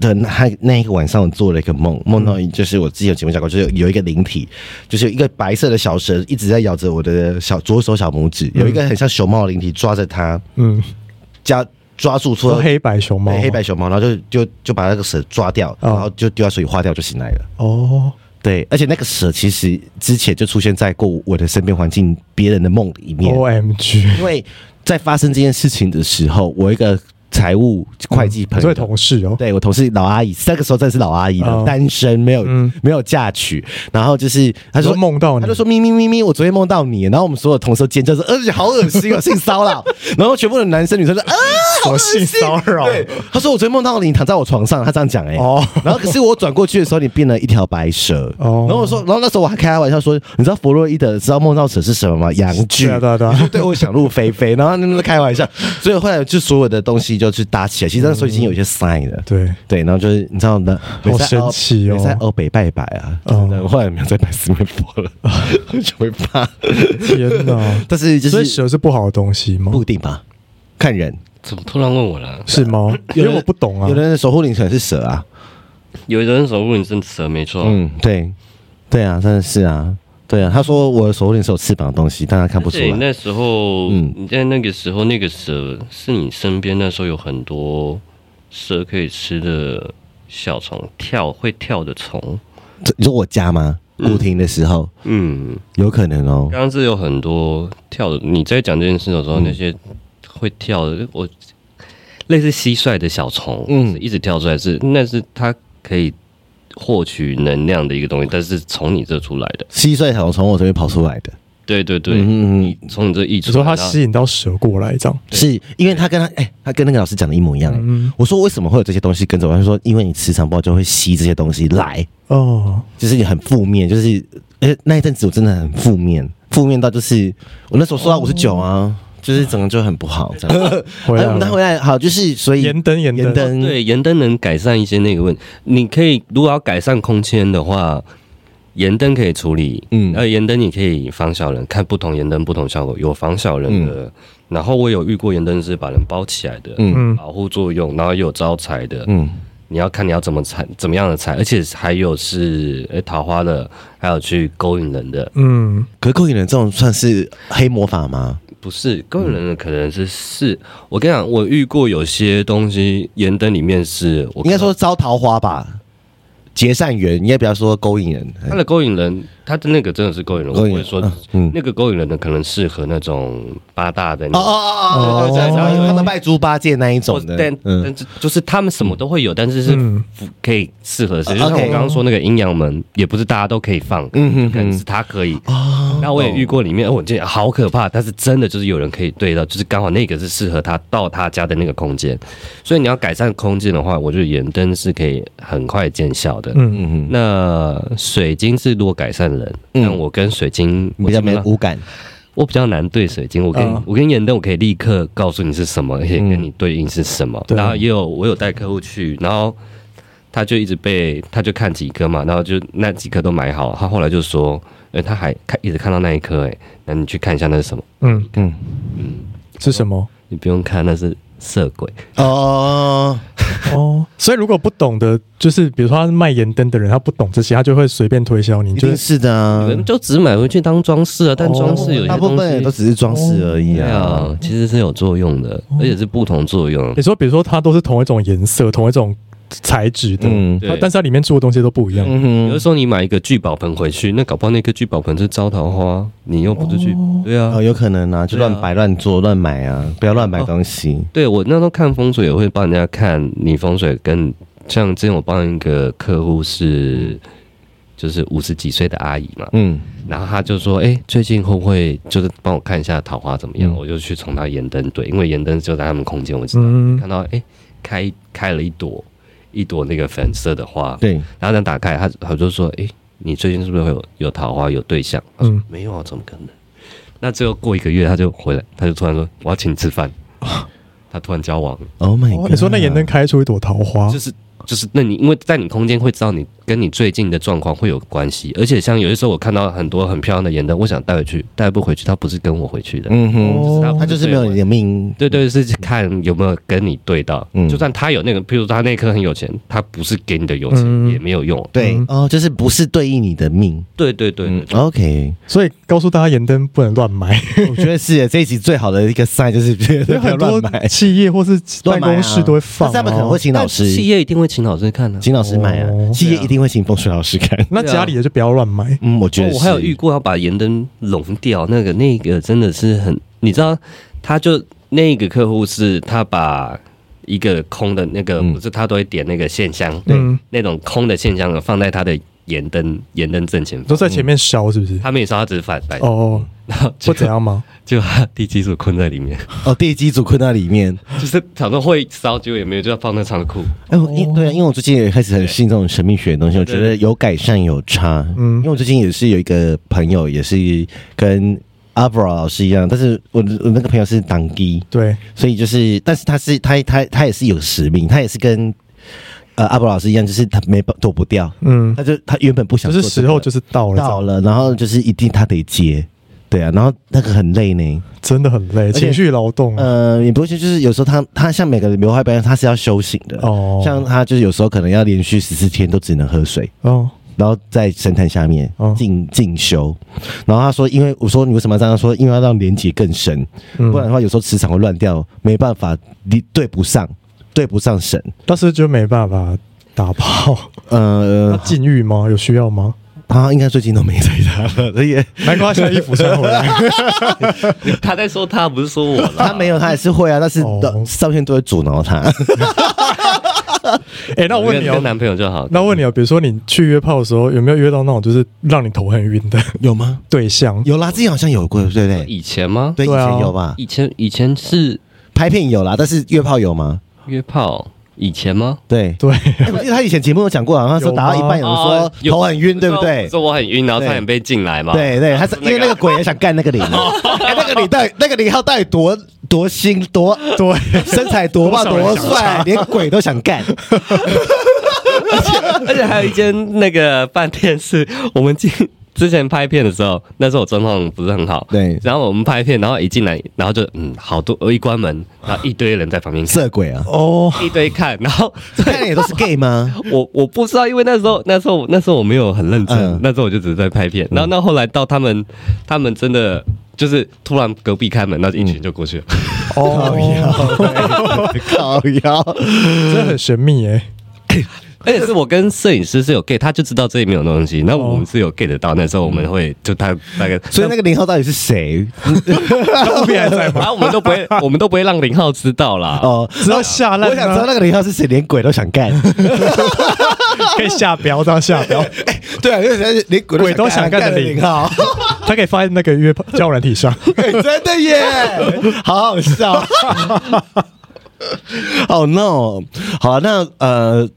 [SPEAKER 1] 的那那一个晚上，我做了一个梦，梦到就是我之前有节目讲过，就是有一个灵体，就是有一个白色的小蛇一直在咬着我的小左手小拇指，有一个很像熊猫的灵体抓着它，
[SPEAKER 2] 嗯，
[SPEAKER 1] 加抓住
[SPEAKER 2] 说
[SPEAKER 1] 说
[SPEAKER 2] 黑白熊猫，
[SPEAKER 1] 对黑白熊猫，然后就就就把那个蛇抓掉，
[SPEAKER 2] 哦
[SPEAKER 1] 然后就丢到水里化掉就醒来了。
[SPEAKER 2] 哦，
[SPEAKER 1] 对，而且那个蛇其实之前就出现在过我的身边环境、别人的梦里面。
[SPEAKER 2] O M G，
[SPEAKER 1] 因为在发生这件事情的时候，我一个财务会计朋
[SPEAKER 2] 这
[SPEAKER 1] 友，
[SPEAKER 2] 位同事哦，
[SPEAKER 1] 对我同事老阿姨，那个时候真的是老阿姨了，
[SPEAKER 2] 嗯
[SPEAKER 1] 单身没有、
[SPEAKER 2] 嗯
[SPEAKER 1] 没有嫁娶，然后就是她
[SPEAKER 2] 他
[SPEAKER 1] 说
[SPEAKER 2] 说。梦到
[SPEAKER 1] 她
[SPEAKER 2] 你
[SPEAKER 1] 就，说咪咪咪咪，我昨天梦呃哦 [laughs] 到你，然后我们所有同事都尖叫说，而且好恶心哦，性骚扰，然后全部的男生女生说啊，
[SPEAKER 2] 什么性骚扰？
[SPEAKER 1] 对，他说我昨天梦到你躺在我床上，他这样讲哎、
[SPEAKER 2] 哦
[SPEAKER 1] 然后可是我转过去的时候，你变了一条白蛇。
[SPEAKER 2] 哦
[SPEAKER 1] 然后我说，然后那时候我还开他玩笑说，你知道弗洛伊德知道梦到蛇是什么吗？阳具。
[SPEAKER 2] 对啊对啊对啊
[SPEAKER 1] 你就对我想入非非，然后那边开玩
[SPEAKER 2] [laughs]
[SPEAKER 1] 笑，所以后来就所有的东西就是搭起来。其实那时候已经有一些 sign 了。
[SPEAKER 2] 对，
[SPEAKER 1] 对，然后就是你知道的，
[SPEAKER 2] 好神奇哦
[SPEAKER 1] 在欧北拜拜啊，真的，我后来没有再拜四面佛了， [laughs] 我就会
[SPEAKER 2] [laughs]
[SPEAKER 1] 怕。
[SPEAKER 2] 天
[SPEAKER 1] [laughs]
[SPEAKER 2] 哪！
[SPEAKER 1] 但是就
[SPEAKER 2] 所以
[SPEAKER 1] 是
[SPEAKER 2] 蛇是不好的东西吗
[SPEAKER 1] 不？一定吧，看人。
[SPEAKER 3] 怎么突然问我了？
[SPEAKER 2] 是吗？
[SPEAKER 1] 有
[SPEAKER 2] 因为
[SPEAKER 1] 人
[SPEAKER 2] 我不懂啊
[SPEAKER 1] 有。的人的守护灵可能是蛇啊，
[SPEAKER 3] 有人手握你是蛇，没错。
[SPEAKER 1] 嗯，对，对啊，真的是啊，对啊。他说我的守护灵是有翅膀的东西，但他看不
[SPEAKER 3] 而
[SPEAKER 1] 出
[SPEAKER 3] 且你
[SPEAKER 1] 来。
[SPEAKER 3] 那时候，
[SPEAKER 1] 嗯
[SPEAKER 3] 你在那个时候，那个蛇是你身边那时候有很多蛇可以吃的小虫，跳会跳的虫。
[SPEAKER 1] 这你说我家吗？古亭的时候
[SPEAKER 3] 嗯，
[SPEAKER 1] 有可能哦。
[SPEAKER 3] 刚刚是有很多跳的。你在讲这件事的时
[SPEAKER 1] 嗯
[SPEAKER 3] 候，那些会跳的，我类似蟋蟀的小虫，
[SPEAKER 1] 嗯
[SPEAKER 3] 嗯，一直跳出来是，那是它可以获取能量的一个东西，但是从你这出来的。
[SPEAKER 1] 蟋蟀好像从我这边跑出来的，
[SPEAKER 3] 对对对，
[SPEAKER 1] 嗯嗯嗯
[SPEAKER 3] 你从你这一
[SPEAKER 2] 只
[SPEAKER 3] 出
[SPEAKER 2] 说
[SPEAKER 3] 来，
[SPEAKER 2] 它
[SPEAKER 3] 然后
[SPEAKER 2] 吸引到蛇过来这样。
[SPEAKER 1] 是因为他跟他哎、他跟那个老师讲的一模一样、哎
[SPEAKER 2] 嗯
[SPEAKER 1] 我说为什么会有这些东西跟着我？他说因为你磁场不好就会吸这些东西来，
[SPEAKER 2] 哦，
[SPEAKER 1] 就是你很负面，就是哎那一阵子我真的很负面，负面到就是我那时候瘦到五十九
[SPEAKER 2] 哦
[SPEAKER 1] 啊，就是整个就很不好
[SPEAKER 2] [laughs]
[SPEAKER 1] 这样。
[SPEAKER 2] 回来
[SPEAKER 1] 哎我们拿
[SPEAKER 2] 了
[SPEAKER 1] 回来好，就是所以
[SPEAKER 2] 啊盐灯盐灯
[SPEAKER 1] 盐灯
[SPEAKER 3] 对，盐灯能改善一些那个问你可以如果要改善空间的话，盐灯可以处理。
[SPEAKER 1] 嗯
[SPEAKER 3] 嗯，而盐灯你可以防小人，看不同盐灯不同效果，有防小人的。然后我有遇过盐灯是把人包起来的，
[SPEAKER 1] 嗯
[SPEAKER 2] 嗯
[SPEAKER 3] 保护作用，然后也有招财的。
[SPEAKER 1] 嗯
[SPEAKER 3] 你要看你要怎么财，怎么样的财，而且还有是诶桃花的，还有去勾引人的，
[SPEAKER 2] 嗯，
[SPEAKER 1] 可是勾引人这种算是黑魔法吗？
[SPEAKER 3] 不是勾引人的可能是是，我跟你讲，我遇过有些东西盐灯里面是，我
[SPEAKER 1] 应该
[SPEAKER 3] 看到
[SPEAKER 1] 说招桃花吧，结善缘，应该不要说勾引人。
[SPEAKER 3] 他的勾引人，他的那个真的是勾引人，我
[SPEAKER 1] 哎勾引
[SPEAKER 3] 不
[SPEAKER 1] 人
[SPEAKER 3] 会说
[SPEAKER 1] 嗯嗯
[SPEAKER 3] 那个勾引人呢，可能适合那种八大的那
[SPEAKER 1] 哦
[SPEAKER 3] 种。
[SPEAKER 1] 哦哦哦，对对对，他们拜猪八戒那一种的，嗯
[SPEAKER 3] 但但是就是他们什么都会有，但是是
[SPEAKER 2] 嗯
[SPEAKER 3] 符可以适合谁？
[SPEAKER 1] 嗯
[SPEAKER 3] 就像我
[SPEAKER 1] OK
[SPEAKER 3] 刚刚说那个阴阳门，也不是大家都可以放，
[SPEAKER 1] 嗯哼
[SPEAKER 3] 可能是他可以。那我也遇过里面，哦我觉得好可怕，但是真的就是有人可以对到，就是刚好那个是适合他到他家的那个空间。所以你要改善空间的话，我觉得盐灯是可以很快见效的。
[SPEAKER 2] 嗯
[SPEAKER 1] 嗯嗯，
[SPEAKER 3] 那水晶是如果改善人，
[SPEAKER 1] 嗯
[SPEAKER 3] 但我跟水晶
[SPEAKER 1] 比较没
[SPEAKER 3] 我基本上
[SPEAKER 1] 无感。
[SPEAKER 3] 我比较难对水晶。我跟、
[SPEAKER 2] 嗯
[SPEAKER 3] 我跟盐灯，我可以立刻告诉你是什么，而且
[SPEAKER 1] 嗯
[SPEAKER 3] 跟你对应是什么。
[SPEAKER 2] 对
[SPEAKER 3] 然后也有我有带客户去，然后他就一直被他就看几颗嘛，然后就那几颗都买好，他后来就说，哎、他还看一直看到那一颗，哎，那你去看一下那是什么？
[SPEAKER 2] 嗯
[SPEAKER 1] 嗯
[SPEAKER 2] 嗯是什么？
[SPEAKER 3] 你不用看，那是色鬼。
[SPEAKER 1] 哦，
[SPEAKER 2] 哦，所以如果不懂的，就是比如说他是卖盐灯的人，他不懂这些，他就会随便推销你，
[SPEAKER 1] 一
[SPEAKER 2] 就
[SPEAKER 1] 定
[SPEAKER 2] 是
[SPEAKER 1] 是的啊
[SPEAKER 3] 我，们就只买回去当装饰啊，但装饰有些
[SPEAKER 1] 哦大部
[SPEAKER 3] 东
[SPEAKER 1] 分人
[SPEAKER 3] 西
[SPEAKER 1] 都。只是装饰而已
[SPEAKER 3] 对
[SPEAKER 1] 啊
[SPEAKER 3] 啊。，其实是有作用的，
[SPEAKER 1] 嗯
[SPEAKER 3] 而且是不同作用
[SPEAKER 2] 你。说比如说它都是同一种颜色、同一种材质的，
[SPEAKER 1] 嗯
[SPEAKER 2] 它
[SPEAKER 3] 对
[SPEAKER 2] 但是它里面住的东西都不一样。
[SPEAKER 1] 嗯
[SPEAKER 3] 有的
[SPEAKER 1] 哼，
[SPEAKER 3] 时候你买一个聚宝盆回去，那搞不好那颗聚宝盆是招桃花，你又不是去、对啊
[SPEAKER 1] 哦，。有可能啊，就
[SPEAKER 3] 对啊
[SPEAKER 1] 乱摆、乱做、乱买啊，不要乱买东西。
[SPEAKER 3] 对我那时候看风水也会帮人家看你风水跟像之前我帮一个客户是就是五十几岁的阿姨嘛，
[SPEAKER 1] 嗯
[SPEAKER 3] 然后她就说，哎、最近会不会就是帮我看一下桃花怎么样？
[SPEAKER 1] 嗯
[SPEAKER 3] 我就去从她盐灯对，因为盐灯就在他们空间，我知道、
[SPEAKER 2] 嗯
[SPEAKER 3] 看到哎、开开了一朵一朵那个粉色的花，
[SPEAKER 1] 对，
[SPEAKER 3] 然后她打开，她她就说，哎、你最近是不是会有有桃花有对象？她说、
[SPEAKER 2] 嗯
[SPEAKER 3] 没有啊，怎么可能？那最后过一个月，她就回来，她就突然说我要请你吃饭，她突然交往了。
[SPEAKER 1] ，Oh my
[SPEAKER 2] 哦
[SPEAKER 1] god！
[SPEAKER 2] 你说那盐灯开出一朵桃花
[SPEAKER 3] 就，是就是，那你因为在你空间会知道你跟你最近的状况会有关系，而且像有些时候我看到很多很漂亮的盐灯，我想带回去，带不回去，它不是跟我回去的，啊
[SPEAKER 1] 嗯哼，
[SPEAKER 2] 哦
[SPEAKER 1] 他就是没有你的命。
[SPEAKER 3] 对对，是看有没有跟你对到。
[SPEAKER 1] 嗯
[SPEAKER 3] 就算他有那个，譬如他那颗很有钱，他不是给你的有钱、
[SPEAKER 2] 嗯
[SPEAKER 3] 也没有用。
[SPEAKER 1] 对
[SPEAKER 2] 嗯
[SPEAKER 1] 哦，就是不是对应你的命。
[SPEAKER 3] 对对对
[SPEAKER 1] 嗯，OK，
[SPEAKER 2] 所以告诉大家盐灯不能乱买， [laughs]
[SPEAKER 1] 我觉得是耶这一集最好的一个 sign 就是别
[SPEAKER 2] 有
[SPEAKER 1] 人不要
[SPEAKER 2] 很
[SPEAKER 1] 乱
[SPEAKER 2] 多
[SPEAKER 1] 买，
[SPEAKER 2] 企业或是办
[SPEAKER 1] 乱买啊
[SPEAKER 2] 公室都会放、
[SPEAKER 1] 但是他们可能会
[SPEAKER 2] 哦。
[SPEAKER 1] 请老师
[SPEAKER 3] 但，企业一定会请老师看的、啊。
[SPEAKER 1] 请老师买啊
[SPEAKER 2] 哦，
[SPEAKER 1] 企业一定会请风水老师看。
[SPEAKER 2] 那家里的就不要乱买，
[SPEAKER 1] 嗯，我觉
[SPEAKER 3] 哦
[SPEAKER 1] 得
[SPEAKER 3] 我还有
[SPEAKER 1] 是
[SPEAKER 3] 遇过要把盐灯融掉，啊那个那个真的是很，你知道，他就那个客户是他把一个空的那个，
[SPEAKER 1] 嗯
[SPEAKER 3] 不是他都会点那个线香，
[SPEAKER 2] 嗯，
[SPEAKER 3] 那种空的线香的放在他的盐灯盐灯正前
[SPEAKER 2] 都
[SPEAKER 3] 方，
[SPEAKER 2] 在前面烧是不是？
[SPEAKER 3] 他没说他只是反白，
[SPEAKER 2] [laughs] 哦，
[SPEAKER 3] 然后
[SPEAKER 2] 或
[SPEAKER 3] 就
[SPEAKER 2] 怎样吗？
[SPEAKER 3] 就把地基组困在
[SPEAKER 2] [laughs]
[SPEAKER 3] 里面，
[SPEAKER 1] 哦，地基组困在里面。
[SPEAKER 3] 就是想说会烧，结果也没有，就要放那仓库。
[SPEAKER 1] 哎，我
[SPEAKER 2] 哦
[SPEAKER 1] 因对啊，因为我最近也开始很信这种神秘学的东西，我觉得有改善有差。嗯，因为我最近也是有一个朋友，也是跟阿布老师一样，但是我的我那个朋友是党基，
[SPEAKER 2] 对，
[SPEAKER 1] 所以就是，但是他是他他他也是有使命，他也是跟呃阿布老师一样，就是他没办躲不掉，
[SPEAKER 2] 嗯，
[SPEAKER 1] 他就他原本不想
[SPEAKER 2] 就
[SPEAKER 1] 做
[SPEAKER 2] 是
[SPEAKER 1] 这个、
[SPEAKER 2] 时候就是到了，
[SPEAKER 1] 到了，然后就是一定他得接，对啊，然后那个很累呢，
[SPEAKER 2] 真的很累，
[SPEAKER 1] 且
[SPEAKER 2] 情绪劳动。啊
[SPEAKER 1] 呃，也不会说就是有时候他他像每个流派表演，他是要修行的，
[SPEAKER 2] 哦
[SPEAKER 1] 呃像他就是有时候可能要连续十四天都只能喝水。
[SPEAKER 2] 哦，
[SPEAKER 1] 然后在神坛下面
[SPEAKER 2] 哦
[SPEAKER 1] 进进修，然后他说，因为我说你为什么要这样说？因为要让连接更深，
[SPEAKER 2] 嗯
[SPEAKER 1] 不然的话有时候磁场会乱掉，没办法，你对不上，对不上神。
[SPEAKER 2] 但是就没办法打
[SPEAKER 1] [laughs]
[SPEAKER 2] 炮。那
[SPEAKER 1] 呃，
[SPEAKER 2] 禁欲吗？有需
[SPEAKER 1] [laughs]
[SPEAKER 2] 要吗？
[SPEAKER 1] 啊他应该最近都没在他了，所
[SPEAKER 2] [laughs]
[SPEAKER 1] 以
[SPEAKER 2] 难怪他现在衣服穿回
[SPEAKER 1] [laughs]
[SPEAKER 2] 来。
[SPEAKER 3] 他在说他，不是说我啦。
[SPEAKER 1] 他没有，他也是会啊，但是
[SPEAKER 2] 哦
[SPEAKER 1] 上天都会阻挠他。
[SPEAKER 2] 哎，那 [laughs] 我问
[SPEAKER 3] 跟
[SPEAKER 2] 你
[SPEAKER 3] 跟
[SPEAKER 2] 哦，
[SPEAKER 3] 男朋友就好。
[SPEAKER 2] 那我问你哦，比如说你去约炮的时候，有没有约到那种就是让你头很晕的
[SPEAKER 1] 有吗？
[SPEAKER 2] 对象？
[SPEAKER 1] 有啦，之前好像有过，对不对？
[SPEAKER 3] 以前吗？
[SPEAKER 1] 对，以
[SPEAKER 2] 对啊
[SPEAKER 1] 前有吧？
[SPEAKER 3] 以前以前是
[SPEAKER 1] 拍片有啦，但是约炮有吗？
[SPEAKER 3] 约炮，以前吗？
[SPEAKER 1] 对。
[SPEAKER 2] 对，
[SPEAKER 1] 哎我记得他以前节目有讲过，好像说
[SPEAKER 2] 有
[SPEAKER 1] 打到一半有人
[SPEAKER 3] 哦
[SPEAKER 1] 说头很晕，对不对？
[SPEAKER 3] 说我很晕，然后
[SPEAKER 1] 对
[SPEAKER 3] 差点被进来嘛。
[SPEAKER 1] 对对，他是
[SPEAKER 3] 是
[SPEAKER 1] 因为
[SPEAKER 3] 那个
[SPEAKER 1] 那个鬼也想干那个零，哎，那个你到底那个零号到底多多新多多身材多棒
[SPEAKER 2] 多少人
[SPEAKER 1] 多
[SPEAKER 2] 想
[SPEAKER 1] 帅，连鬼都想干。
[SPEAKER 3] 而且还有一间那个饭店是我们进之前拍片的时候，那时候我状况不是很好，
[SPEAKER 1] 对
[SPEAKER 3] 然后我们拍片，然后一进来，然后就嗯，好多，我一关门，然后一堆人在旁边看，
[SPEAKER 1] 色鬼啊，
[SPEAKER 2] 哦，
[SPEAKER 3] 一堆看，然后
[SPEAKER 1] 看也都是 gay
[SPEAKER 3] [laughs]
[SPEAKER 1] 吗？
[SPEAKER 3] 我我不知道，因为那时候那时候那时候我没有很认真，
[SPEAKER 1] 嗯
[SPEAKER 3] 那时候我就只是在拍片。然后那后来到他们他们真的就是突然隔壁开门，那一群就过去了。
[SPEAKER 2] 哦，
[SPEAKER 1] 靠腰，
[SPEAKER 2] 真的很神秘耶。
[SPEAKER 3] [laughs] 而且是我跟摄影师是有 gay，他就知道这里面有东西，那我们是有 gay 得到。那时候我们会就他大概，
[SPEAKER 1] [laughs] 所以那个零号到底是谁？
[SPEAKER 2] 后面还在吗？
[SPEAKER 3] [laughs] 然后我们都
[SPEAKER 1] [laughs]
[SPEAKER 3] 不会，我们都不会让林浩知道啦。
[SPEAKER 1] 哦，
[SPEAKER 2] 只要下烂啊
[SPEAKER 1] 我想知道那个零号是谁，连鬼都想干。
[SPEAKER 2] 可以下标，这样下标，
[SPEAKER 1] 对啊，因为连鬼
[SPEAKER 2] 鬼都想干的
[SPEAKER 1] 零
[SPEAKER 2] 零
[SPEAKER 1] 号，
[SPEAKER 2] [laughs] 他可以放在那个约炮交友软体上。
[SPEAKER 1] 啊哎真的耶，
[SPEAKER 2] [laughs]
[SPEAKER 1] 好好笑。 [laughs] 哦、no！好，那呃，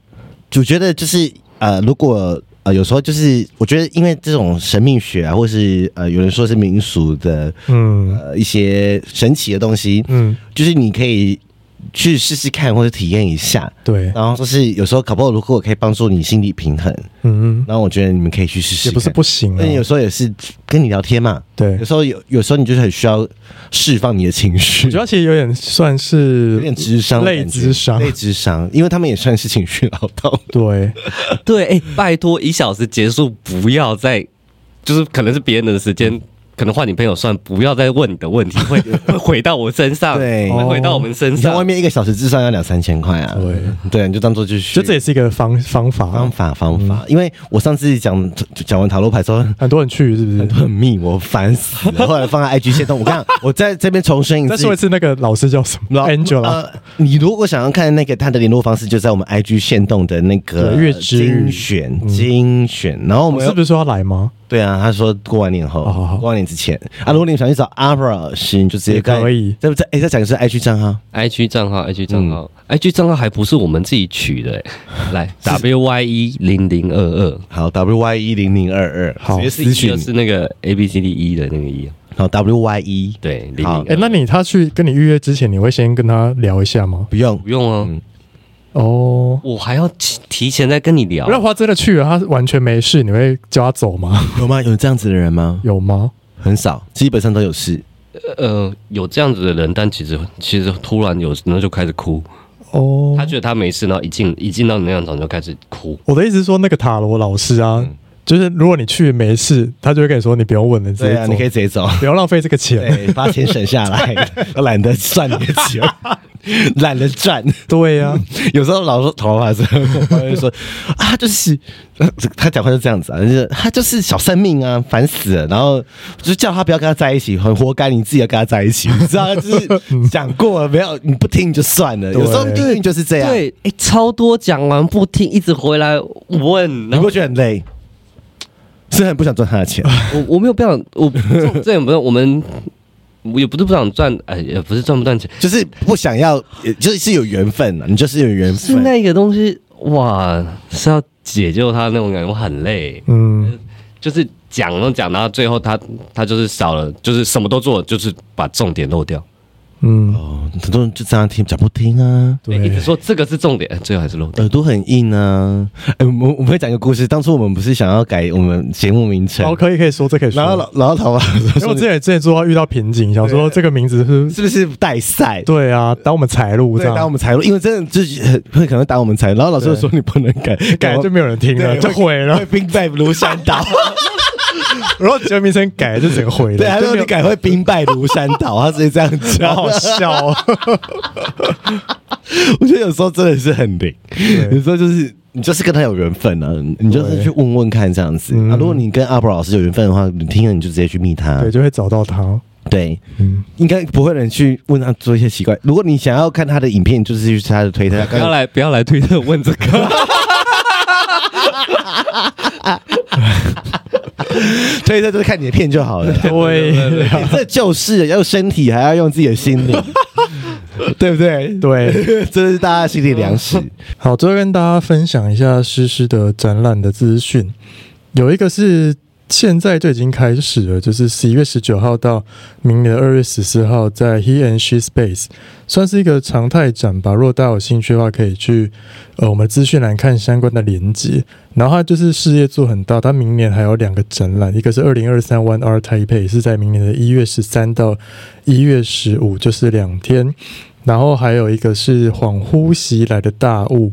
[SPEAKER 1] 我觉得就是呃，如果呃有时候就是，我觉得因为这种神秘学啊，或是呃有人说是民俗的
[SPEAKER 2] 嗯
[SPEAKER 1] 呃一些神奇的东西，
[SPEAKER 2] 嗯，
[SPEAKER 1] 就是你可以去试试看或者体验一下，
[SPEAKER 2] 对，
[SPEAKER 1] 然后就是有时候搞不好如果可以帮助你心理平衡，
[SPEAKER 2] 嗯嗯，
[SPEAKER 1] 然后我觉得你们可以去试试看，
[SPEAKER 2] 也不是不行
[SPEAKER 1] 欸那有
[SPEAKER 2] 啊。
[SPEAKER 1] 时候也是跟你聊天嘛，
[SPEAKER 2] 对
[SPEAKER 1] 有，时候有有时候你就是很需要释放你的情绪，
[SPEAKER 2] 我觉得其实有点算
[SPEAKER 1] 有
[SPEAKER 2] 是
[SPEAKER 1] 点智商的感觉，
[SPEAKER 2] 类智商
[SPEAKER 1] 类智商，因为他们也算是情绪劳
[SPEAKER 2] [laughs]
[SPEAKER 1] 动。
[SPEAKER 2] 对，
[SPEAKER 3] 对，哎、拜托，一小时结束，不要再，就是可能是别人的时间，可能换你朋友算，不要再问你的问题，会 [laughs] 会回到我身上，
[SPEAKER 1] 对
[SPEAKER 3] 会回到我们身
[SPEAKER 1] 你看外
[SPEAKER 3] 上。
[SPEAKER 1] 面一个小时智商要两三千块啊，
[SPEAKER 2] 对
[SPEAKER 1] 对，你就当做就是
[SPEAKER 2] 就这也是一个方方法
[SPEAKER 1] 方
[SPEAKER 2] 啊，
[SPEAKER 1] 法方法，因为我上次讲讲完塔罗牌之后。
[SPEAKER 2] 很多人去是不是？
[SPEAKER 1] 很密，我烦死
[SPEAKER 2] [laughs]
[SPEAKER 1] 了。后来放在 IG 线动，我看我在这边重申一
[SPEAKER 2] 再
[SPEAKER 1] 次，
[SPEAKER 2] 说一 [laughs] 次，那个老师叫什么
[SPEAKER 1] 老
[SPEAKER 2] ？Angela。
[SPEAKER 1] 呃，你如果想要看那个他的联络方式，就在我们 IG 线动的那个
[SPEAKER 2] 对月之
[SPEAKER 1] 精
[SPEAKER 2] 嗯
[SPEAKER 1] 选精选。然后我
[SPEAKER 2] 我
[SPEAKER 1] 们
[SPEAKER 2] 是
[SPEAKER 1] 要
[SPEAKER 2] 不是说要来吗？
[SPEAKER 1] 对啊，他说过完年后，
[SPEAKER 2] 好好好
[SPEAKER 1] 过完年之前啊，如果你想去找阿布老师，你就直接
[SPEAKER 2] 也
[SPEAKER 1] 在
[SPEAKER 2] 可以
[SPEAKER 1] 再再哎再讲一次 IG 账号，
[SPEAKER 3] IG 账号，IG 账号、i g 账号还不是我们自己取的、哎，嗯 [laughs] 来 WYE E 零零二二，
[SPEAKER 1] 好 W Y 一零零二二，
[SPEAKER 2] 好
[SPEAKER 1] 直接
[SPEAKER 3] 是
[SPEAKER 1] 哦私
[SPEAKER 3] 就
[SPEAKER 1] 讯
[SPEAKER 3] 是那个 A B C D E 的那个 E，
[SPEAKER 1] 好 W Y E，一，
[SPEAKER 3] 对，零零
[SPEAKER 1] 好
[SPEAKER 3] 二
[SPEAKER 2] 哎，。那你他去跟你预约之前，你会先跟他聊一下吗？
[SPEAKER 1] 不用
[SPEAKER 3] 不用啊，
[SPEAKER 1] 嗯
[SPEAKER 2] 哦，
[SPEAKER 3] 我还要提提前再跟你聊。
[SPEAKER 2] 那哦他真的去了，他完全没事，你会叫他走吗？ [laughs]
[SPEAKER 1] 有吗？有这样子的人吗？
[SPEAKER 2] 有吗？
[SPEAKER 1] 很少，基本上都有事。
[SPEAKER 3] 呃，有这样子的人，但其实其实突然有，然后就开始哭。
[SPEAKER 1] 嗯
[SPEAKER 2] 哦
[SPEAKER 3] 他，觉得他没事，然后一进一进到能量场就开始哭。
[SPEAKER 2] 我的意思是说，那个塔罗老师啊，
[SPEAKER 1] 嗯
[SPEAKER 2] 就是如果你去没事，他就会跟你说你不用问了，直
[SPEAKER 1] 对
[SPEAKER 2] 接
[SPEAKER 1] 啊，
[SPEAKER 2] 走
[SPEAKER 1] 你可以直接走。
[SPEAKER 2] 不要浪费这个钱。
[SPEAKER 1] 对，把钱省下 [laughs] 来，懒得算你的钱，懒得赚。
[SPEAKER 2] 对呀，
[SPEAKER 3] [laughs]
[SPEAKER 1] 有时候老说头发是，我就说啊，就是他讲话就这样子啊，就是他就是小生命啊，烦死了。然后就叫他不要跟他在一起，很活该，你自己要跟他在一起，你知道，就是讲过了没有？你不听就算
[SPEAKER 3] [laughs]
[SPEAKER 1] 了，有时候命运就是这样，
[SPEAKER 3] 对，哎、超多讲完不听，一直回来问，
[SPEAKER 1] 你
[SPEAKER 3] 然后
[SPEAKER 1] 不觉得很累？是很不想赚他的钱，
[SPEAKER 3] 我我没有不想，我这这也不是我们，我也不是不想赚，哎，也不是赚不赚钱，
[SPEAKER 1] 就是不想要，也就是是有缘分啊，你就是有缘
[SPEAKER 3] 是
[SPEAKER 1] 分。
[SPEAKER 3] 那个东西，哇，是要解救他那种感觉，我很累，
[SPEAKER 2] 嗯，
[SPEAKER 3] 就是讲都讲，然后最后他他就是少了，就是什么都做，就是把重点漏掉。
[SPEAKER 2] 嗯，
[SPEAKER 1] 哦，很多人就这样听，讲不听啊。
[SPEAKER 3] 哎一直
[SPEAKER 2] 对，
[SPEAKER 3] 说这个是重点，哎最后还是漏掉。
[SPEAKER 1] 耳朵很硬啊！哎、我们我们会讲一个故事。当初我们不是想要改我们节目名称，
[SPEAKER 2] 好，可以可以说，这可以说。
[SPEAKER 1] 然后老老头啊，
[SPEAKER 2] 因为我
[SPEAKER 1] 说
[SPEAKER 2] 之
[SPEAKER 1] 你
[SPEAKER 2] 前之前说到遇到瓶颈，想说这个名字是
[SPEAKER 1] 是不是带赛？
[SPEAKER 2] 对啊，当我们财路这
[SPEAKER 1] 对，打我
[SPEAKER 2] 样，
[SPEAKER 1] 们财路，因为真的就是很会可能打我们财路，然后老师就说你不能改，
[SPEAKER 2] 改就没有人听了，
[SPEAKER 1] 对
[SPEAKER 2] 就毁了
[SPEAKER 1] 会。兵败如山倒。
[SPEAKER 2] 然后节目名称改就整个毁
[SPEAKER 1] [laughs]
[SPEAKER 2] 了，
[SPEAKER 1] 对，他
[SPEAKER 2] 就
[SPEAKER 1] 说
[SPEAKER 2] 没
[SPEAKER 1] 你
[SPEAKER 2] 有
[SPEAKER 1] 改会兵败如山倒，他直接这样
[SPEAKER 2] 好好
[SPEAKER 1] 讲。
[SPEAKER 2] 笑
[SPEAKER 1] [laughs]
[SPEAKER 2] 哦。
[SPEAKER 1] 我觉得有时候真的是很灵，有时候就是你就是跟他有缘分啊，你就是去问问看这样子
[SPEAKER 2] 嗯
[SPEAKER 1] 啊。如果你跟阿布老师有缘分的话，你听了你就直接去密他。
[SPEAKER 2] 对，就会找到他。
[SPEAKER 1] 对，
[SPEAKER 2] 嗯，
[SPEAKER 1] 应该不会有人去问他做一些奇怪。如果你想要看他的影片，就是去他的推
[SPEAKER 2] [laughs]
[SPEAKER 1] 特。
[SPEAKER 3] 不要来，不要来推特问这个。
[SPEAKER 1] 推特就是看你的片就好了。
[SPEAKER 2] 对
[SPEAKER 1] 欸这就是要用身体，还要用自己的
[SPEAKER 2] [laughs]
[SPEAKER 1] 心灵，对不对？ [laughs]
[SPEAKER 2] 对。
[SPEAKER 1] 这是大家心理粮食。
[SPEAKER 2] 好，最后跟大家分享一下诗诗的展览的资讯，有一个是现在就已经开始了，就是十一月十九号到明年二月十四号，在 He and She Space 算是一个常态展吧。如果大家有兴趣的话，可以去呃我们资讯栏看相关的连接。然后它就是事业做很大，它明年还有两个展览，一个是二零二三 One Art Taipei 是在明年的一月十三到一月十五，就是两天。然后还有一个是恍惚袭来的大雾，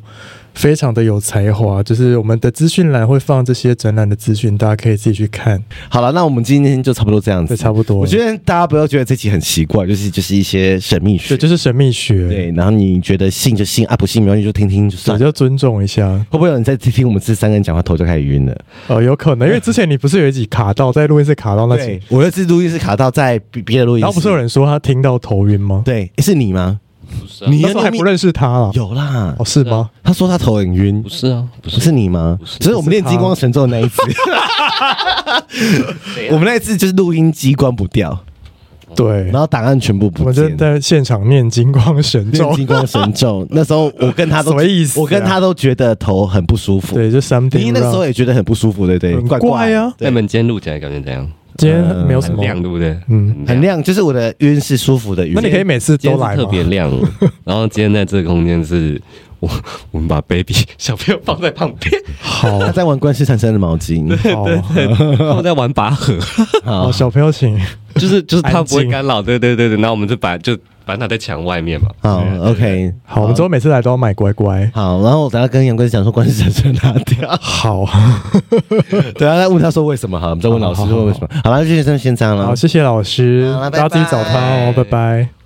[SPEAKER 2] 非常的有才华。就是我们的资讯栏会放这些展览的资讯，大家可以自己去看。
[SPEAKER 1] 好了，那我们今天就差不多这样
[SPEAKER 2] 这
[SPEAKER 1] 子。
[SPEAKER 2] 差不多了，
[SPEAKER 1] 我觉得大家不要觉得这集很奇怪，就是就是一些神秘学
[SPEAKER 2] 对，。就是神秘学，
[SPEAKER 1] 对，然后你觉得信就信，啊不信没关系，就听听就
[SPEAKER 2] 对，
[SPEAKER 1] 算。
[SPEAKER 2] 就尊重一下。
[SPEAKER 1] 会不会有人在听我们这三个人讲话头就开始晕了？
[SPEAKER 2] 呃，有可能，因为之前你不是有一集卡到在录音室卡到那集
[SPEAKER 1] 对，，我有一次录音室卡到在别别的录音室，
[SPEAKER 2] 然后不是有人说他听到头晕吗？
[SPEAKER 1] 对，是你吗？
[SPEAKER 3] 不是
[SPEAKER 1] 你
[SPEAKER 2] 那时候还不认识他啊？
[SPEAKER 1] 有啦
[SPEAKER 2] 哦，，是吗？
[SPEAKER 1] 他说他头很晕
[SPEAKER 3] 不，是啊，
[SPEAKER 1] 不
[SPEAKER 3] 不是
[SPEAKER 1] 是你吗？只是我们练金光神咒的那一次， [laughs]
[SPEAKER 2] 啊
[SPEAKER 1] 我们那一次就是录音机关不掉，
[SPEAKER 2] 对啊
[SPEAKER 1] 然，后档案全部
[SPEAKER 2] 我
[SPEAKER 1] 嗯不
[SPEAKER 2] 们就
[SPEAKER 1] 见。
[SPEAKER 2] 在现场念金光神咒
[SPEAKER 1] 练，金光神
[SPEAKER 2] [laughs]
[SPEAKER 1] 咒，那时候我跟他都
[SPEAKER 2] 什么意思啊
[SPEAKER 1] 我跟他都觉得头很不舒服。
[SPEAKER 2] 对，就 something。
[SPEAKER 1] 你那个时候也觉得很不舒服，对不对？
[SPEAKER 2] 很
[SPEAKER 1] 怪
[SPEAKER 2] 怪啊
[SPEAKER 1] 对
[SPEAKER 3] 那你们今天录起来感觉怎样？
[SPEAKER 2] 今天没有什
[SPEAKER 3] 很
[SPEAKER 2] 么，
[SPEAKER 3] 亮，对不对？
[SPEAKER 2] 嗯
[SPEAKER 1] 很。亮，就是我的晕是舒服的晕。
[SPEAKER 2] 那你可以每次
[SPEAKER 3] 今
[SPEAKER 2] 都
[SPEAKER 3] 天
[SPEAKER 2] 来
[SPEAKER 3] 是
[SPEAKER 2] 吗
[SPEAKER 3] 特？别
[SPEAKER 2] [laughs]
[SPEAKER 3] 亮，然后今天在这个空间是我我们把 baby 小朋友放在旁
[SPEAKER 2] [laughs]
[SPEAKER 3] 边，
[SPEAKER 2] 好，
[SPEAKER 1] 他在玩官司产生的毛巾， [laughs]
[SPEAKER 2] 好，
[SPEAKER 3] 他们在玩拔河，
[SPEAKER 1] 好啊
[SPEAKER 2] 好，，小朋友请。
[SPEAKER 3] 就是就是他不
[SPEAKER 2] 安
[SPEAKER 3] 会
[SPEAKER 2] 静
[SPEAKER 3] 干扰，对对对对，然后我们就把就反正他在墙外面嘛，
[SPEAKER 1] 好，OK，
[SPEAKER 2] 好，我们之后每次来都要买乖乖。
[SPEAKER 1] 好。然后我等下跟杨贵妃讲说官司产生拿掉，
[SPEAKER 2] 好，
[SPEAKER 1] 等下再啊问他说为什么，好，我们再问老师说为什么。好了，就先先这样了
[SPEAKER 2] 好，。谢谢老师
[SPEAKER 1] 好，了
[SPEAKER 2] 大家自己找他哦，
[SPEAKER 1] 拜拜
[SPEAKER 2] 拜拜。